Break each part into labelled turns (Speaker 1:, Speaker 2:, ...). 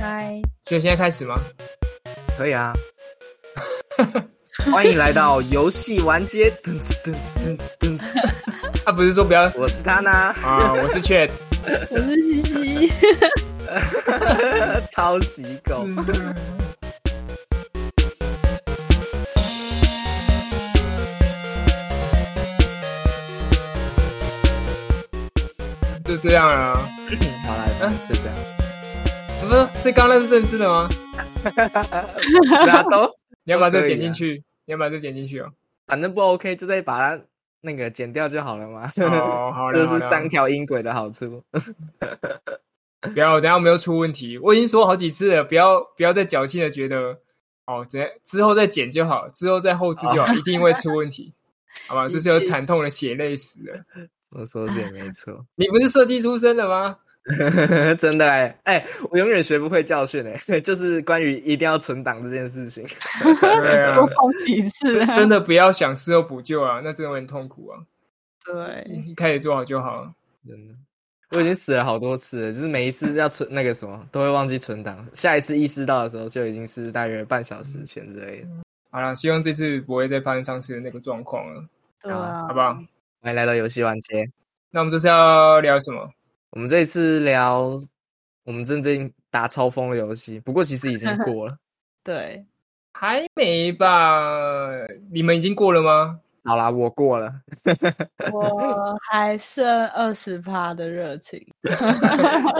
Speaker 1: 嗨，
Speaker 2: 所以现在开始吗？
Speaker 3: 可以啊。 欢迎来到游戏玩街，噔哧噔哧噔哧噔哧，
Speaker 2: 他、不是说不要
Speaker 3: 我是他呢，
Speaker 2: 啊，我是 Chat，
Speaker 1: 我是西西。
Speaker 3: 抄袭狗。
Speaker 2: 嗯就这样啊。
Speaker 3: 好了，
Speaker 2: 嗯
Speaker 3: 就这样。
Speaker 2: 怎么？这刚那是正式的吗？
Speaker 3: 对啊，都
Speaker 2: 你要把这个剪
Speaker 3: 都可以
Speaker 2: 进
Speaker 3: 啊
Speaker 2: 去，你要把这个剪进 去哦。
Speaker 3: 反正不 OK，就再把它那个剪掉就好了嘛。
Speaker 2: 哦，好了，
Speaker 3: 这
Speaker 2: 好
Speaker 3: 是
Speaker 2: 了
Speaker 3: 三条音轨的好处。
Speaker 2: 不要，等一下我们又出问题。我已经说好几次了，不要不要再侥幸的觉得哦，等下之后再剪就好，之后再后置就好，一定会出问题，好吧？这是有惨痛的血泪史的。
Speaker 3: 我说的也没错，
Speaker 2: 你不是设计出身的吗？
Speaker 3: 真的哎、哎、我永远学不会教训哎、 就是关于一定要存档这件事情。
Speaker 2: 对啊
Speaker 1: 多，放几次、啊，
Speaker 2: 真真的不要想事后补救啊，那真的会很痛苦啊。
Speaker 1: 对，
Speaker 2: 一开始做好就好。
Speaker 3: 真的，我已经死了好多次了，就是每一次要存那个什么，都会忘记存档。下一次意识到的时候，就已经是大约半小时前之类的。
Speaker 2: 好了，希望这次不会再发生上次的那个状况了，
Speaker 1: 对啊，
Speaker 2: 好不好？
Speaker 3: 欢迎来到游戏玩街，
Speaker 2: 那我们这次要聊什么？
Speaker 3: 我们这一次聊我们真正打超疯的游戏，不过其实已经过了。
Speaker 1: 对，
Speaker 2: 还没吧？你们已经过了吗？
Speaker 3: 好啦，我过了，
Speaker 1: 我还剩二十趴的热 情，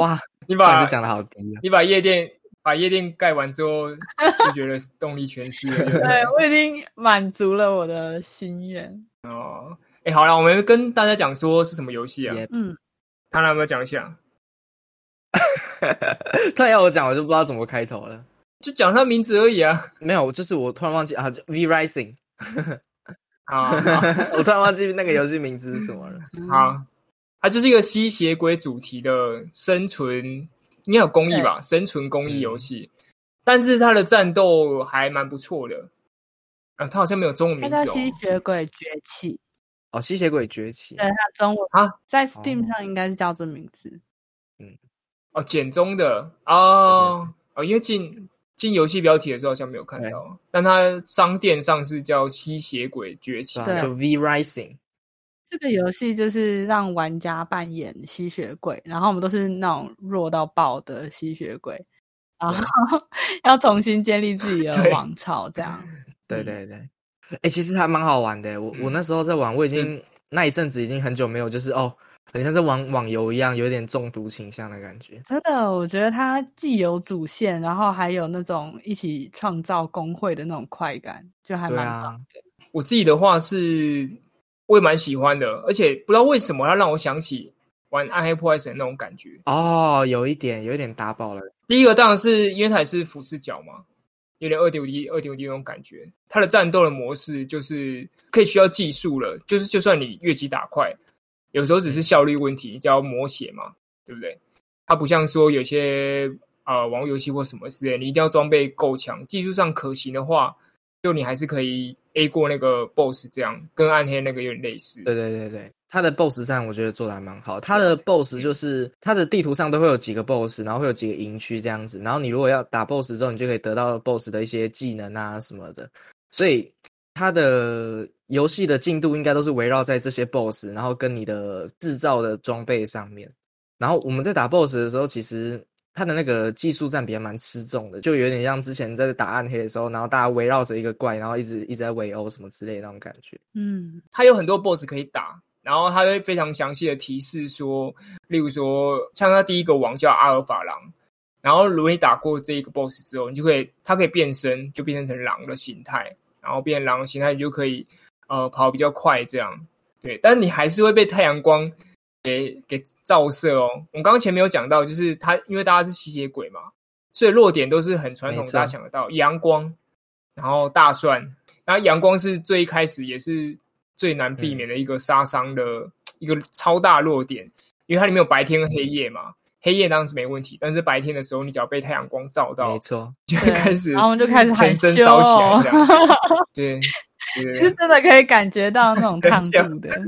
Speaker 3: 哇，
Speaker 2: 你
Speaker 3: 哇，
Speaker 2: 把
Speaker 3: 你讲的好低啊！
Speaker 2: 你把夜店把夜店盖完之后，就觉得动力全失了。
Speaker 1: 对我已经满足了我的心愿。
Speaker 2: 哦，哎，好了，我们跟大家讲说是什么游戏啊？
Speaker 3: 也
Speaker 1: 嗯，
Speaker 2: 他有没有讲一下？
Speaker 3: 突然要我讲，我就不知道怎么开头了。
Speaker 2: 就讲他名字而已啊。
Speaker 3: 没有，就是我突然忘记啊就，V Rising，
Speaker 2: 啊，
Speaker 3: 我突然忘记那个游戏名字是什么了。
Speaker 2: 好，它就是一个吸血鬼主题的生存，应该有公益吧？生存公
Speaker 1: 嗯
Speaker 2: 益游戏，但是它的战斗还蛮不错的。啊，它好像没有中文
Speaker 1: 它
Speaker 2: 名字
Speaker 1: 叫《。
Speaker 2: 哦
Speaker 1: 吸血鬼崛起》，
Speaker 3: 哦，吸血鬼崛起
Speaker 1: 对，，它中文
Speaker 2: 啊
Speaker 1: 在 Steam 上应该是叫这名字。
Speaker 2: 哦，简中的哦哦，因为进进游戏标题的时候好像没有看到，但它商店上是叫《吸血鬼崛起
Speaker 3: 是》
Speaker 1: 对
Speaker 3: 吧？就 V Rising，
Speaker 1: 这个游戏就是让玩家扮演吸血鬼，然后我们都是那种弱到爆的吸血鬼，然后 要重新建立自己的
Speaker 2: 对
Speaker 1: 王朝，这样。
Speaker 3: 对
Speaker 1: 嗯
Speaker 3: 对对，哎、其实还蛮好玩的欸。我我
Speaker 2: 嗯
Speaker 3: 那时候在玩，我已
Speaker 1: 嗯
Speaker 3: 经那一阵子已经很久没有，就是哦，很像在玩网游一样，有一点中毒倾向的感觉。
Speaker 1: 真的，我觉得它既有主线，然后还有那种一起创造工会的那种快感，就还
Speaker 3: 对
Speaker 1: 蛮
Speaker 3: 啊
Speaker 1: 棒的。
Speaker 2: 我自己的话是，我也蛮喜欢的，而且不知道为什么它让我想起玩《暗黑破坏神》那种感觉。
Speaker 3: 哦，有一点，有一点打爆了。
Speaker 2: 第一个当然是因为它也是俯视角嘛，有点二点五 D 二点五 D 那种感觉。它的战斗的模式就是可以需要技术了，就是就算你越级打快，有时候只是效率问题，叫磨血嘛，对不对？它不像说有些呃网络游戏或什么之类，你一定要装备够强，技术上可行的话，就你还是可以 A 过那个 BOSS，这样跟暗黑那个有点类似。
Speaker 3: 对对对对，他的 BOSS 战我觉得做的还蛮好。他的 BOSS 就是他的地图上都会有几个 BOSS，然后会有几个营区这样子。然后你如果要打 BOSS 之后，你就可以得到 BOSS 的一些技能啊什么的。所以他的游戏的进度应该都是围绕在这些 BOSS，然后跟你的制造的装备上面。然后我们在打 BOSS 的时候，其实他的那个技术占比还蛮吃重的，就有点像之前在打暗黑的时候，然后大家围绕着一个怪，然后一直一直在围殴什么之类的那种感觉。
Speaker 1: 嗯，
Speaker 2: 它有很多 BOSS 可以打，然后它会非常详细的提示说，例如说，像它第一个王叫阿尔法狼，然后如果你打过这一个 BOSS 之后，你就可以，它可以变身，就变身成狼的形态，然后变狼的形态，你就可以呃跑比较快这样。对，但你还是会被太阳光给给照射哦。我们刚刚前面有讲到，就是它因为大家是吸血鬼嘛，所以弱点都是很传统
Speaker 3: 没，错
Speaker 2: 大家想得到阳光，然后大蒜，然后阳光是最一开始也是最难避免的一个杀伤的、
Speaker 3: 嗯
Speaker 2: 一个超大弱点，因为它里面有白天跟黑夜嘛。黑夜当然是没问题，但是白天的时候，你只要被太阳光照到
Speaker 3: 没，错，
Speaker 2: 就会
Speaker 1: 对
Speaker 2: 开始
Speaker 1: 然后我们就开始
Speaker 2: 全
Speaker 1: 喊
Speaker 2: 身
Speaker 1: 羞
Speaker 2: 烧起来这样。对，对
Speaker 1: 是真的可以感觉到那种
Speaker 2: 很
Speaker 1: 烫
Speaker 2: 像
Speaker 1: 度的。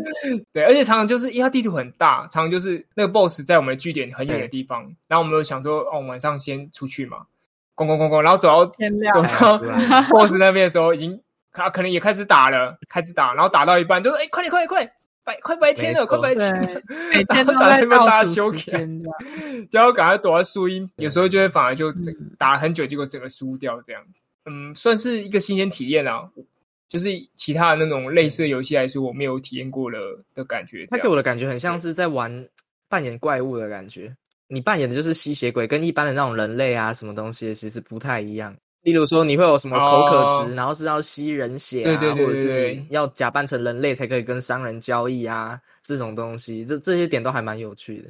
Speaker 2: 对，而且常常就是因为它地图很大，常常就是那个 BOSS 在我们的据点很远的地方，然后我们就想说，哦，我们晚上先出去嘛，咣咣咣咣，然后走到
Speaker 1: 天亮
Speaker 2: 走
Speaker 1: 了，
Speaker 2: 到
Speaker 3: 出 来
Speaker 2: BOSS 那边的时候，已经他可能也开始打了，开始打，然后打到一半就说，哎、快点快点快点，白快白天了，
Speaker 3: 没
Speaker 2: 快
Speaker 3: 错
Speaker 2: 白
Speaker 1: 对
Speaker 2: 天了，，
Speaker 1: 每天都
Speaker 2: 打到
Speaker 1: 在
Speaker 2: 一半大
Speaker 1: 倒
Speaker 2: 家休
Speaker 1: 数时
Speaker 2: 起来
Speaker 1: 间的。
Speaker 2: 就要赶快躲在树荫，有时候就会反而就整
Speaker 1: 嗯
Speaker 2: 打了很久，结果整个输掉这样，嗯，算是一个新鲜体验啊。就是其他的那种类似的游戏来说，我没有体验过了的感觉。
Speaker 3: 它
Speaker 2: 这
Speaker 3: 给
Speaker 2: 样
Speaker 3: 我的感觉很像是在玩扮演怪物的感觉。你扮演的就是吸血鬼，跟一般的那种人类啊什么东西的其实不太一样。例如说，你会有什么口渴值，
Speaker 2: 哦
Speaker 3: 然后是要吸人血啊，
Speaker 2: 对对对
Speaker 3: 或者
Speaker 2: 对
Speaker 3: 是
Speaker 2: 对
Speaker 3: 你要假扮成人类才可以跟商人交易啊，这种东西，这这些点都还蛮有趣的。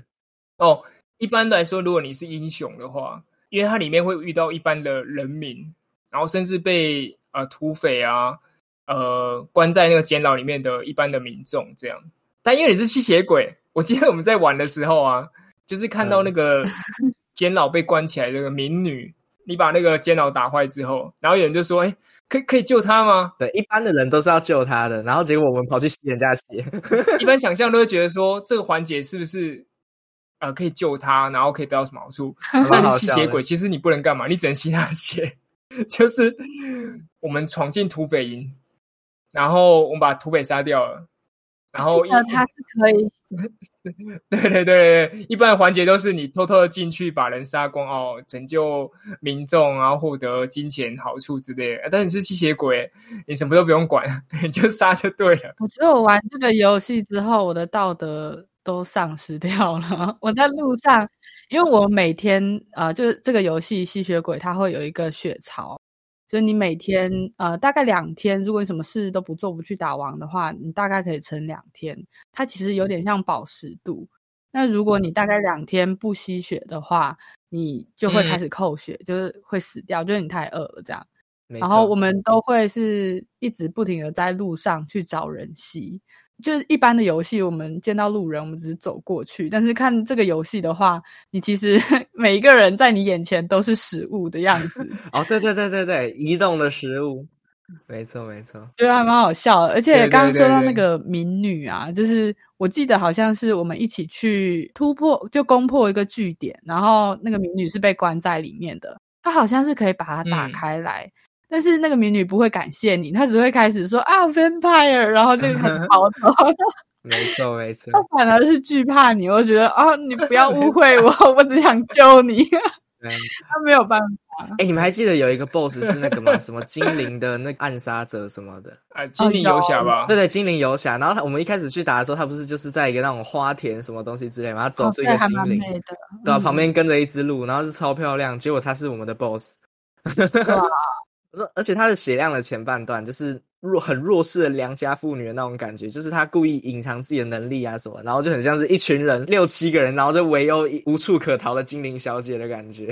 Speaker 2: 哦，一般来说，如果你是英雄的话，因为它里面会遇到一般的人民，然后甚至被呃土匪啊，呃关在那个监牢里面的一般的民众这样。但因为你是吸血鬼，我记得我们在玩的时候啊，就是看到那个监牢被关起来的那个民女，你把那个监牢打坏之后，然后有人就说：“哎、可以可以救她吗？”
Speaker 3: 对，一般的人都是要救他的，然后结果我们跑去吸人 家血，
Speaker 2: 一般想象都会觉得说这个环节是不是呃可以救他，然后可以得到什么好处？那
Speaker 3: 蛮
Speaker 2: 你
Speaker 3: 好
Speaker 2: 吸
Speaker 3: 笑
Speaker 2: 血
Speaker 3: 的
Speaker 2: 鬼，其实你不能干嘛，你只能吸他的血。 就是我们闯进土匪营，然后我们把土匪杀掉了，然后一
Speaker 1: 那它是可以，
Speaker 2: 对对对对，对一般的环节都是你偷偷的进去把人杀光哦，拯救民众，然后获得金钱好处之类的。啊但你是吸血鬼，你什么都不用管， 你就杀就对了。
Speaker 1: 我觉得我玩这个游戏之后，我的道德都丧失掉了。 我在路上，因为我每天呃，就是这个游戏吸血鬼，它会有一个血槽，就是你每天呃大概两天，如果你什么事都不做，不去打王的话，你大概可以撑两天。它其实有点像饱食度。那如果你大概两天不吸血的话，你就会开
Speaker 2: 嗯
Speaker 1: 始扣血，就是会死掉，就是你太饿了这样。
Speaker 3: 没
Speaker 1: 然后
Speaker 3: 错
Speaker 1: 我们都会是一直不停的在路上去找人吸。就是一般的游戏，我们见到路人，我们只是走过去。但是看这个游戏的话，你其实 每一个人在你眼前都是食物的样子，
Speaker 3: 哦，对对对对对，移动的食物，没错没错，
Speaker 1: 觉得还蛮好笑的。而且
Speaker 2: 对
Speaker 1: 刚刚
Speaker 2: 对
Speaker 1: 说
Speaker 2: 对
Speaker 1: 到那
Speaker 2: 对
Speaker 1: 个民女啊，就是我记得好像是我们一起去突破，就攻破一个据点，然后那个民女是被关在里面的，她好像是可以把它打
Speaker 2: 嗯
Speaker 1: 开来。但是那个民女不会感谢你，她只会开始说啊 vampire，然后就开始逃走。
Speaker 3: 没错没错。
Speaker 1: 他反而是惧怕你，我觉得啊，你不要误会我，我只想救你。
Speaker 3: 对
Speaker 1: 他没有办法，
Speaker 3: 哎、你们还记得有一个 boss 是那个吗？什么精灵的那个暗杀者什么的？
Speaker 2: 啊，
Speaker 1: 哦
Speaker 2: 精灵游侠吧，
Speaker 3: 对对，精灵游侠。然后他我们一开始去打的时候，他不是就是在一个那种花田什么东西之类嘛，他走
Speaker 1: 哦
Speaker 3: 出一
Speaker 1: 对
Speaker 3: 个
Speaker 1: 还
Speaker 3: 精
Speaker 1: 蛮
Speaker 3: 灵，
Speaker 1: 美的，
Speaker 3: 对啊，
Speaker 1: 嗯
Speaker 3: 旁边跟着一只鹿，然后是超漂亮。结果他是我们的 boss。
Speaker 1: 哇
Speaker 3: 我说，而且他的血量的前半段就是弱很弱势的良家妇女的那种感觉，就是他故意隐藏自己的能力啊什么，然后就很像是一群人六七个人，然后在围殴一无处可逃的精灵小姐的感觉。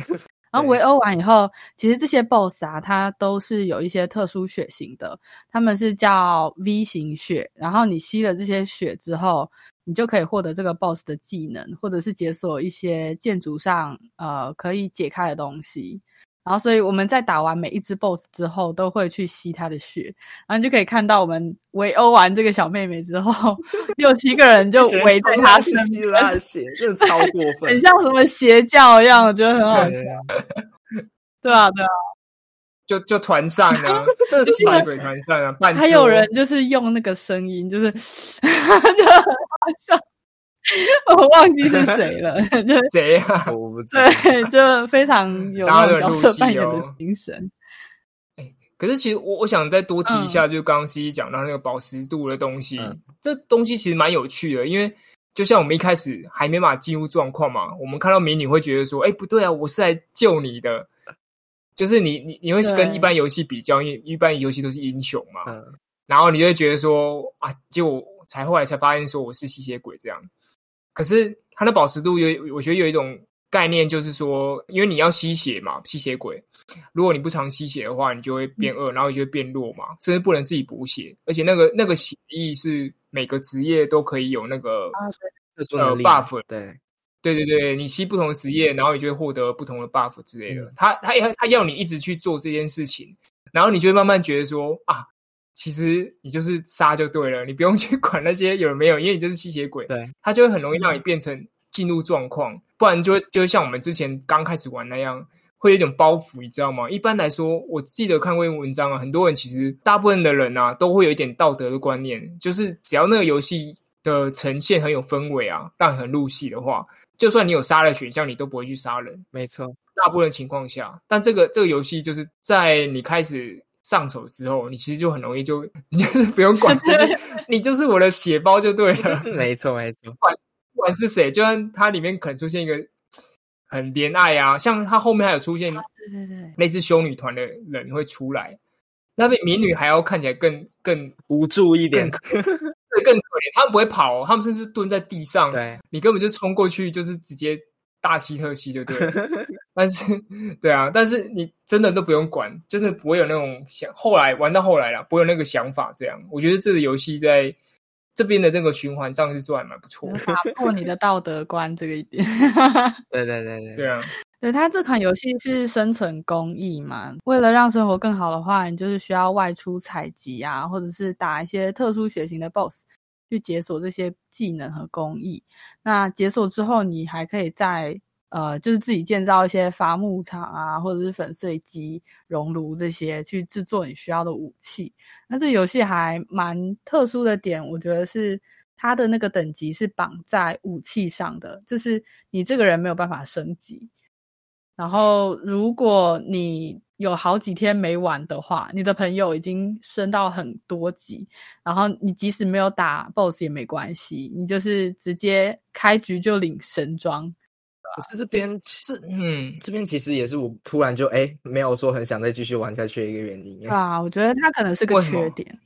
Speaker 1: 然后
Speaker 3: 对
Speaker 1: 围殴完以后，其实这些 BOSS 啊，它都是有一些特殊血型的，他们是叫 V 型血。然后你吸了这些血之后，你就可以获得这个 BOSS 的技能，或者是解锁一些建筑上呃可以解开的东西。然后，所以我们在打完每一只 BOSS 之后，都会去吸它的血，然后你就可以看到我们围殴完这个小妹妹之后，六七个人 就围在她身
Speaker 3: 吸了他的血，真的超过分，
Speaker 1: 很像什么邪教一样，我觉得很好笑。
Speaker 3: 对
Speaker 1: 对啊，对啊，
Speaker 2: 就就团扇 啊，
Speaker 3: 这是
Speaker 2: 吸血鬼团扇啊，半
Speaker 1: 还有人就是用那个声音，就是 就很好笑，我忘记是谁 了，就
Speaker 2: 谁啊？
Speaker 3: 我不知道。
Speaker 1: 对，就非常有那种角色扮演
Speaker 2: 大家都很入戏
Speaker 1: 的
Speaker 2: 哦
Speaker 1: 精神。
Speaker 2: 可是其实我我想再多提一下，就刚刚西西讲到那个保湿度的东西，
Speaker 3: 嗯
Speaker 2: 这东西其实蛮有趣的，因为就像我们一开始还没办法进入状况嘛，我们看到美女会觉得说，哎、不对啊，我是来救你的。就是你，你你会
Speaker 1: 对
Speaker 2: 跟一般游戏比较，因为一般游戏都是英雄嘛，
Speaker 3: 嗯，
Speaker 2: 然后你就会觉得说啊，结果才后来才发现说我是吸血鬼这样。可是它的保持度有，我觉得有一种概念就是说，因为你要吸血嘛，吸血鬼，如果你不常吸血的话，你就会变饿，然后你就会变弱嘛，甚至不能自己补血，而且那个那个血意是每个职业都可以有那个，
Speaker 1: 啊
Speaker 3: 特殊能力
Speaker 2: 呃，buff
Speaker 3: 对，
Speaker 2: 对对对，你吸不同的职业，然后你就会获得不同的 buff 之类的。他他要他要你一直去做这件事情，然后你就会慢慢觉得说啊，其实你就是杀就对了，你不用去 管那些有没有，因为你就是吸血鬼，
Speaker 3: 对，
Speaker 2: 它就会很容易让你变成进入状况，不然就会就像我们之前刚开始玩那样，会有一种包袱，你知道吗？一般来说，我记得看过一篇文章啊，很多人其实大部分的人啊，都会有一点道德的观念，就是只要那个游戏的呈现很有氛围啊，让你很入戏的话，就算你有杀的选项，你都不会去杀人。
Speaker 3: 没错，
Speaker 2: 大部分情况下，但这个这个游戏就是在你开始上手之后，你其实就很容易就 你就是不用管，就
Speaker 1: 对
Speaker 2: 是你就是我的血包就对了，
Speaker 3: 没错，没错，
Speaker 2: 不管是谁，就算它里面可能出现一个很怜爱啊，像它后面还有出现
Speaker 1: 对对 对，
Speaker 2: 类似修女团的人会出来，那比民女还要看起来更更
Speaker 3: 无助一点，
Speaker 2: 更可怜，他们不会跑、哦，他们甚至蹲在地上，
Speaker 3: 对，
Speaker 2: 你根本就冲过去，就是直接大吸特吸就对了。但是，对啊，但是你真的都不用管，真的不会有那种想。后来玩到后来啦，不会有那个想法。这样，我觉得这个游戏在这边的这个循环上是做得还蛮不错
Speaker 1: 能
Speaker 2: 的。
Speaker 1: 打破你的道德观这个一点。
Speaker 3: 对对对
Speaker 2: 对啊，
Speaker 1: 对它这款游戏是生存公益嘛？为了让生活更好的话，你就是需要外出采集啊，或者是打一些特殊血型的 BOSS 去解锁这些技能和工艺。那解锁之后，你还可以在呃，就是自己建造一些伐木场啊，或者是粉碎机、熔炉这些去制作你需要的武器。那这游戏还蛮特殊的点，我觉得是它的那个等级是绑在武器上的，就是你这个人没有办法升级。然后，如果你有好几天没玩的话，你的朋友已经升到很多级，然后你即使没有打 BOSS 也没关系，你就是直接开局就领神装。
Speaker 3: 可是这边是
Speaker 2: 嗯，
Speaker 3: 这边其实也是我突然就哎、没有说很想再继续玩下去的一个原因，
Speaker 1: 对啊，我觉得它可能是个
Speaker 2: 为什么
Speaker 1: 缺点。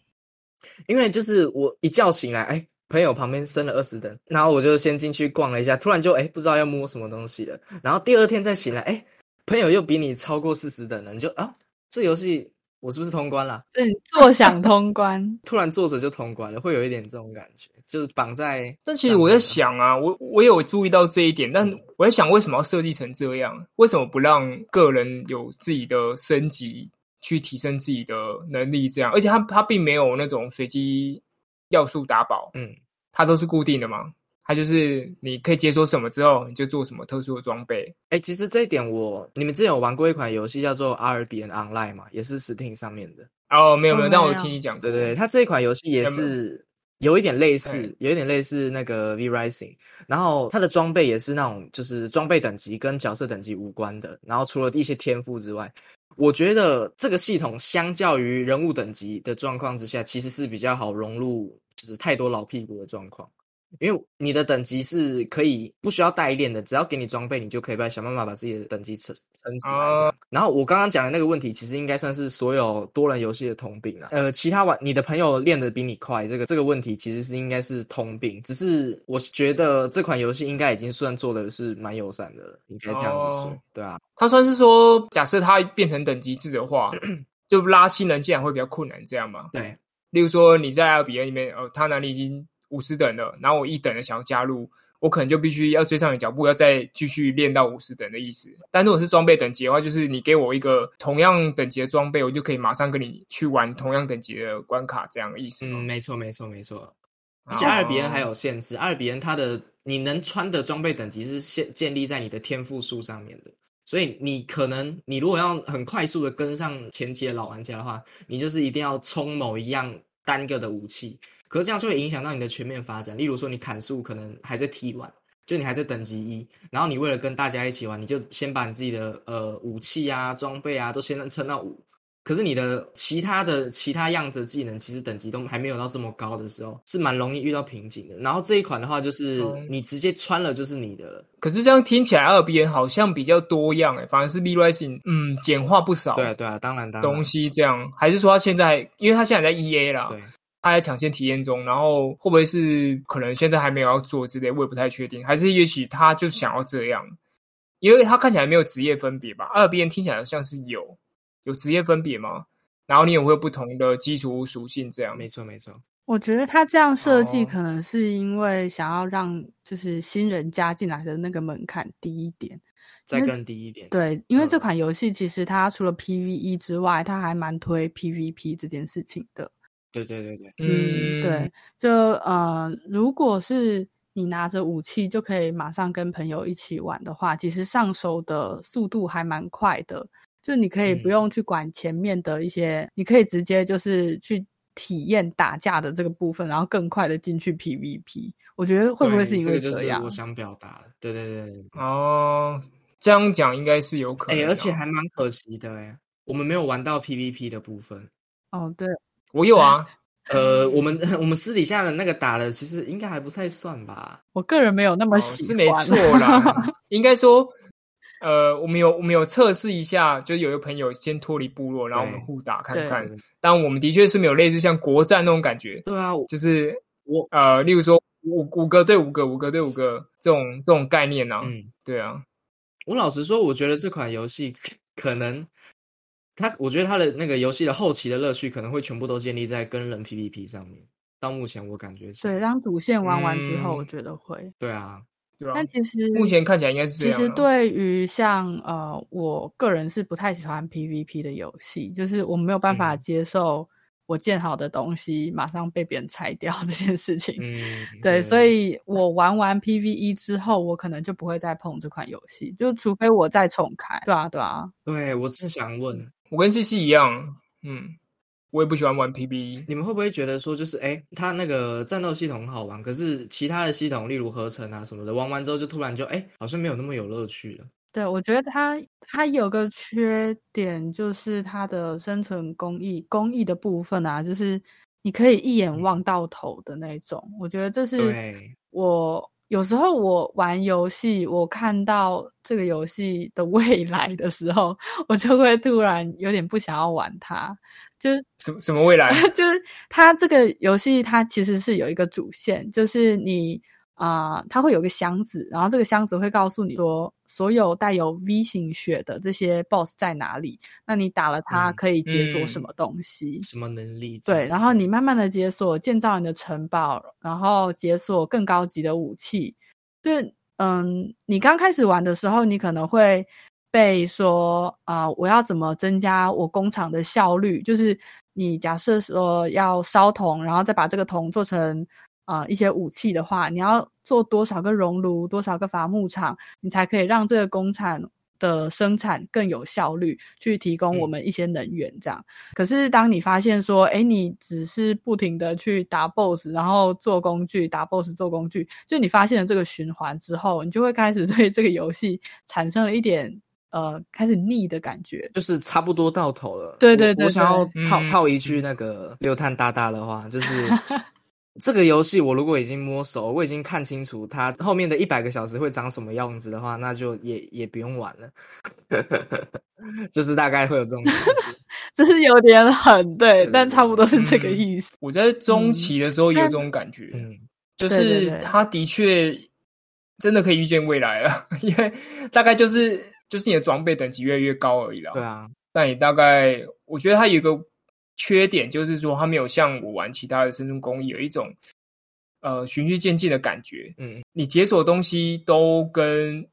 Speaker 3: 因为就是我一觉醒来，哎，朋友旁边升了二十等，然后我就先进去逛了一下，突然就哎不知道要摸什么东西了，然后第二天再醒来，哎，朋友又比你超过四十等了，你就啊这游戏我是不是通关了？，
Speaker 1: 所以你坐享通关
Speaker 3: 突然作者就通关了，会有一点这种感觉，就是绑在。
Speaker 2: 但其实我在，想啊，我我有注意到这一点，但我在想为什么要设计成这样？为什么不让个人有自己的升级，去提升自己的能力？这样，而且它它并没有那种随机要素打宝，
Speaker 3: 嗯，
Speaker 2: 它都是固定的嘛。它就是你可以解锁什么之后，你就做什么特殊的装备。
Speaker 3: 哎，其实这一点我你们之前有玩过一款游戏叫做《RBN Online》嘛，也是 Steam 上面的。
Speaker 2: 哦，没有没有，
Speaker 1: 哦
Speaker 2: 但我
Speaker 1: 没有
Speaker 2: 听你讲过，
Speaker 3: 对对，对它这一款游戏也
Speaker 2: 有没有
Speaker 3: 是有一点类似
Speaker 2: 对，
Speaker 3: 有一点类似那个 V Rising，然后它的装备也是那种就是装备等级跟角色等级无关的，然后除了一些天赋之外，我觉得这个系统相较于人物等级的状况之下，其实是比较好融入就是太多老屁股的状况。因为你的等级是可以不需要代练的，只要给你装备，你就可以把想办法把自己的等级撑撑起来这样。
Speaker 2: 哦
Speaker 3: 然后我刚刚讲的那个问题，其实应该算是所有多人游戏的通病了。呃，其他玩你的朋友练的比你快，这个这个问题其实是应该是通病，只是我觉得这款游戏应该已经算做的是蛮友善的了，应该这样子说，
Speaker 2: 哦
Speaker 3: 对啊，
Speaker 2: 它算是说，假设它变成等级制的话， 就拉新人进来会比较困难，这样嘛？
Speaker 3: 对，
Speaker 2: 例如说你在 L B A 里面，呃，他哪里已经五十等了，然后我一等的想要加入，我可能就必须要追上你脚步，要再继续练到五十等的意思。但如果是装备等级的话，就是你给我一个同样等级的装备，我就可以马上跟你去玩同样等级的关卡，这样的意思吗。
Speaker 3: 嗯，没错，没错，没错。
Speaker 2: 哦
Speaker 3: 而且阿尔比恩还有限制，阿尔比恩它的你能穿的装备等级是建建立在你的天赋数上面的，所以你可能你如果要很快速的跟上前期的老玩家的话，你就是一定要冲某一样单个的武器，可是这样就会影响到你的全面发展。例如说你砍树可能还在 T 1就你还在等级一，然后你为了跟大家一起玩，你就先把你自己的呃武器啊、装备啊都先撑到五，可是你的其他的其他样子的技能，其实等级都还没有到这么高的时候，是蛮容易遇到瓶颈的。然后这一款的话，就是
Speaker 1: 哦
Speaker 2: 嗯
Speaker 3: 你直接穿了就是你的了。
Speaker 2: 可是这样听起来，L B N 好像比较多样、欸，反而是 V Rising，嗯，简化不少
Speaker 3: 对啊，对啊，当然当然。
Speaker 2: 东西，这样还是说他现在，因为他现在在 E A 啦，
Speaker 3: 对，
Speaker 2: 他在抢先体验中，然后会不会是可能现在还没有要做之类，我也不太确定，还是也许他就想要这样，因为他看起来没有职业分别吧，二边听起来像是有有职业分别吗？然后你也会有不同的基础属性这样，
Speaker 3: 没错没错。
Speaker 1: 我觉得它这样设计
Speaker 2: 哦
Speaker 1: 可能是因为想要让就是新人加进来的那个门槛低一点。
Speaker 3: 再
Speaker 1: 因为
Speaker 3: 更低一点。
Speaker 1: 对，因为这
Speaker 3: 嗯
Speaker 1: E 款游戏其实它除了 PVE 之外，它还蛮推 PVP 这件事情的。
Speaker 3: 对对对对，
Speaker 1: 嗯，对，，就呃，如果是你拿着武器就可以马上跟朋友一起玩的话，其实上手的速度还蛮快的。就你可以不
Speaker 3: 嗯
Speaker 1: 用去管前面的一些，你可以直接就是去体验打架的这个部分，然后更快的进去 PVP。我觉得会不会
Speaker 3: 对
Speaker 1: 是因为
Speaker 3: 这个就是
Speaker 1: 样？
Speaker 3: 我想表达的，对对对对对。
Speaker 2: 哦，这样讲应该是有可
Speaker 3: 哎、
Speaker 2: 能啊、
Speaker 3: 而且还蛮可惜的哎、我们没有玩到 PVP 的部分。
Speaker 1: 哦，对，
Speaker 2: 我有啊，
Speaker 3: 呃，我们我们私底下的那个打的，其实应该还不太算吧？
Speaker 1: 我个人没有那么
Speaker 2: 哦
Speaker 1: 喜欢，
Speaker 2: 是没错啦。应该说，呃，我们有我们有测试一下，就是有一个朋友先脱离部落，然后我们
Speaker 3: 对
Speaker 2: 互打看
Speaker 1: 对
Speaker 2: 看
Speaker 3: 对。
Speaker 2: 但我们的确是没有类似像国战那种感觉，
Speaker 3: 对啊，我
Speaker 2: 就是
Speaker 3: 我
Speaker 2: 呃，例如说五五个对五个，五个对五个这种这种概念呐、啊。
Speaker 3: 嗯，
Speaker 2: 对啊，
Speaker 3: 我老实说，我觉得这款游戏可能它，我觉得它的那个游戏的后期的乐趣可能会全部都建立在跟人 PVP 上面。到目前我感觉起 来
Speaker 1: 对，当主线玩完之后，
Speaker 2: 嗯
Speaker 1: 我觉得会。
Speaker 3: 对啊，
Speaker 2: 对啊。
Speaker 1: 但其实
Speaker 2: 目前看起来应该是这
Speaker 1: 其
Speaker 2: 样啊。
Speaker 1: 实对于像呃，我个人是不太喜欢 PVP 的游戏，就是我没有办法
Speaker 3: 嗯
Speaker 1: 接受我建好的东西马上被别人拆掉这件事情。
Speaker 3: 嗯，
Speaker 1: 对，所以我玩完 PVE 之后，我可能就不会再碰这款游戏，就除非我再重开。对啊，对啊，
Speaker 3: 对我正想问，
Speaker 2: 我跟西西一样，嗯，我也不喜欢玩 E，PB。
Speaker 3: 你们会不会觉得说，就是哎，诶它那个战斗系统很好玩，可是其他的系统，例如合成啊什么的，玩完之后就突然就哎，诶好像没有那么有乐趣了。
Speaker 1: 对，我觉得它它有个缺点，就是它的生存工艺工艺的部分啊，就是你可以一眼望到头的那种。我觉得这是
Speaker 3: 对
Speaker 1: 我有时候我玩游戏，我看到这个游戏的未来的时候，我就会突然有点不想要玩它， 就是
Speaker 2: 什什么 未来？
Speaker 1: 就是它这个游戏，它其实是有一个主线，就是你啊、呃它会有个箱子，然后这个箱子会告诉你说，所有带有 V 型血的这些 BOSS 在哪里，那你打了它
Speaker 3: 嗯
Speaker 1: 可以解锁什
Speaker 2: 嗯
Speaker 1: 么东西。
Speaker 3: 什么能力之类的？
Speaker 1: 对，然后你慢慢的解锁，建造你的城堡，然后解锁更高级的武器。就是嗯，你刚开始玩的时候，你可能会被说啊、我要怎么增加我工厂的效率？就是你假设说要烧铜，然后再把这个铜做成呃一些武器的话，你要做多少个熔炉，多少个伐木场，你才可以让这个工厂的生产更有效率，去提供我
Speaker 3: 嗯
Speaker 1: 们一些能源这样。可是当你发现说，哎，你只是不停的去打 BOSS，然后做工具，打 BOSS 做工具，就你发现了这个循环之后，你就会开始对这个游戏产生了一点呃开始腻的感觉。
Speaker 3: 就是差不多到头了。
Speaker 1: 对
Speaker 3: 我
Speaker 1: 对对
Speaker 3: 我想要
Speaker 2: 对
Speaker 3: 套、
Speaker 2: 嗯
Speaker 3: 套一句那个六探大大的话，就是 这个游戏我如果已经摸熟，我已经看清楚它后面的一百个小时会长什么样子的话，那就也也不用玩了。 就是大概会有这种感觉。
Speaker 1: 这是有点狠，对，
Speaker 3: 对
Speaker 1: 但差不多是这个
Speaker 2: 嗯
Speaker 1: 意思。
Speaker 2: 我在中期的时候也有
Speaker 1: 但
Speaker 2: 这种感觉，
Speaker 3: 嗯，
Speaker 2: 就
Speaker 1: 对对
Speaker 2: 是
Speaker 1: 对
Speaker 2: 他的确真的可以预见未来了， 因为大概就是就是你的装备等级越来越高而已啦。
Speaker 3: 对啊，
Speaker 2: 但也大概我觉得它有一个缺点，就是说它没有像我玩其他的生存工艺有一种呃循序渐进的感觉。
Speaker 3: 嗯，
Speaker 2: 你解锁的东西都跟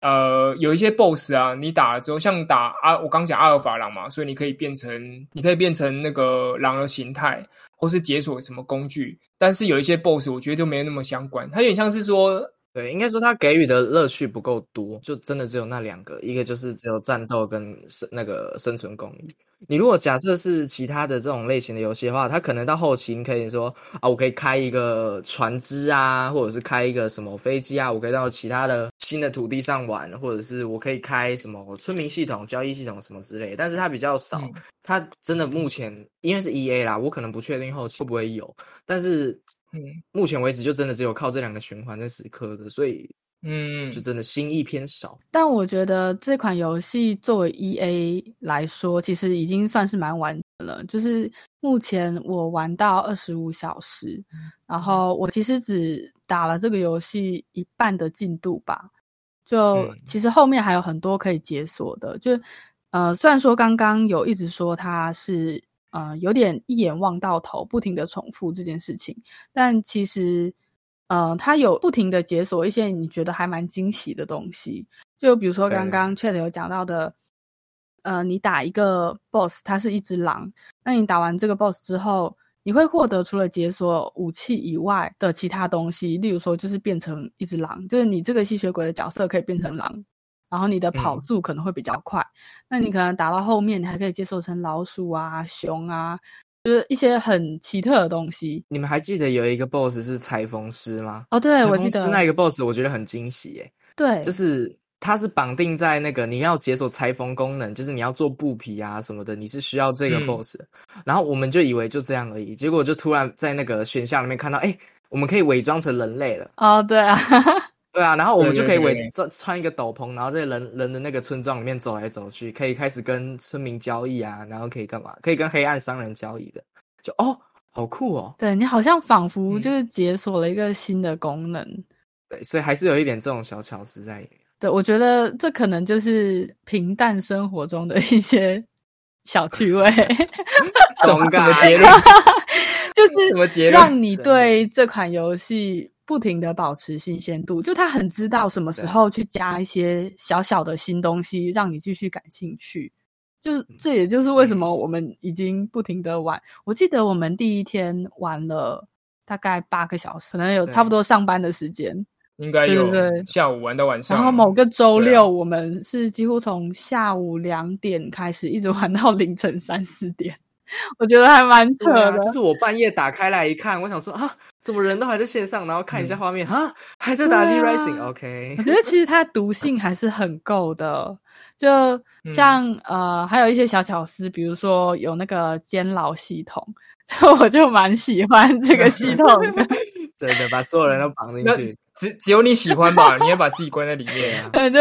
Speaker 2: 呃有一些 BOSS 啊，你打了之后，像打阿我刚讲阿尔法狼嘛，所以你可以变成你可以变成那个狼的形态，或是解锁什么工具。但是有一些 BOSS 我觉得就没有那么相关，它有点像是说
Speaker 3: 对，应该说它给予的乐趣不够多，就真的只有那两个，一个就是只有战斗跟生那个生存工艺。你如果假设是其他的这种类型的游戏的话，它可能到后期你可以说啊，我可以开一个船只啊，或者是开一个什么飞机啊，我可以到其他的新的土地上玩，或者是我可以开什么村民系统、交易系统什么之类的，但是它比较少。
Speaker 2: 嗯
Speaker 3: 它真的目前因为是 E A 啦，我可能不确定后期会不会有，但是
Speaker 2: 嗯
Speaker 3: 目前为止就真的只有靠这两个循环在死磕的，所以
Speaker 2: 嗯
Speaker 3: 就真的心意偏少。
Speaker 1: 但我觉得这款游戏作为 E A 来说，其实已经算是蛮完整了。就是目前我玩到二十五小时，然后我其实只打了这个游戏一半的进度吧。就
Speaker 3: 嗯
Speaker 1: 其实后面还有很多可以解锁的。就呃，虽然说刚刚有一直说它是呃有点一眼望到头，不停的重复这件事情，但其实。呃，它有不停的解锁一些你觉得还蛮惊喜的东西，就比如说刚
Speaker 3: 对
Speaker 1: 刚 Chat 有讲到的，呃，你打一个 boss，它是一只狼，那你打完这个 boss 之后，你会获得除了解锁武器以外的其他东西，例如说就是变成一只狼，就是你这个吸血鬼的角色可以变成狼，然后你的跑
Speaker 3: 嗯
Speaker 1: 速可能会比较快。那你可能打到后面，你还可以接受成老鼠啊、熊啊，就是一些很奇特的东西。
Speaker 3: 你们还记得有一个 BOSS 是裁缝师吗？
Speaker 1: 哦，对，
Speaker 3: 裁
Speaker 1: 我
Speaker 3: 缝
Speaker 1: 记
Speaker 3: 师
Speaker 1: 得，
Speaker 3: 那一个 BOSS 我觉得很惊喜耶、
Speaker 1: 对，
Speaker 3: 就是它是绑定在那个你要解锁裁缝功能，就是你要做布匹啊什么的，你是需要这个
Speaker 2: 嗯
Speaker 3: boss 的。然后我们就以为就这样而已，结果就突然在那个选项里面看到，哎、我们可以伪装成人类了，
Speaker 1: 哦，对啊，
Speaker 3: 对啊，然后我们
Speaker 2: 对
Speaker 3: 就可
Speaker 2: 对
Speaker 3: 以伪
Speaker 2: 对
Speaker 3: 穿穿一个斗篷，然后在人人的那个村庄里面走来走去，可以开始跟村民交易啊，然后可以干嘛？可以跟黑暗商人交易的，就哦，好酷哦。
Speaker 1: 对你好像仿佛
Speaker 2: 嗯
Speaker 1: 就是解锁了一个新的功能。
Speaker 3: 对，所以还是有一点这种小巧思在里面。
Speaker 1: 对，我觉得这可能就是平淡生活中的一些小趣味，
Speaker 2: 什么什么
Speaker 3: 尬
Speaker 2: 结 论？
Speaker 1: 就是
Speaker 2: 什么结论？
Speaker 1: 让你对这款游戏不停的保持新鲜度，就他很知道什么时候去加一些小小的新东西，让你继续感兴趣。就是这也就是为什么我们已经不停的玩。我记得我们第一天玩了大概八个小时，可能有
Speaker 3: 对
Speaker 1: 差不多上班的时间。
Speaker 2: 应该
Speaker 1: 对
Speaker 2: 有
Speaker 1: 对对
Speaker 2: 下午玩到晚上，
Speaker 1: 然后某个周
Speaker 2: 对啊
Speaker 1: 六，我们是几乎从下午两点开始，一直玩到凌晨三四点， 我觉得还蛮扯
Speaker 3: 对啊，
Speaker 1: 的。
Speaker 3: 就是我半夜打开来一看，我想说啊，怎么人都还在线上？然后看一下画面，啊，还在打 D
Speaker 1: 嗯对啊
Speaker 3: Rising，OK，、
Speaker 1: 我觉得其实它毒性还是很够的，就像、呃，还有一些小巧思，比如说有那个监牢系统， 就我就蛮喜欢这个系统的。
Speaker 3: 真的把所有人都绑进
Speaker 2: 那
Speaker 3: 去。
Speaker 2: 只只有你喜欢吧？ 你也把自己关在里面啊。
Speaker 1: 对，就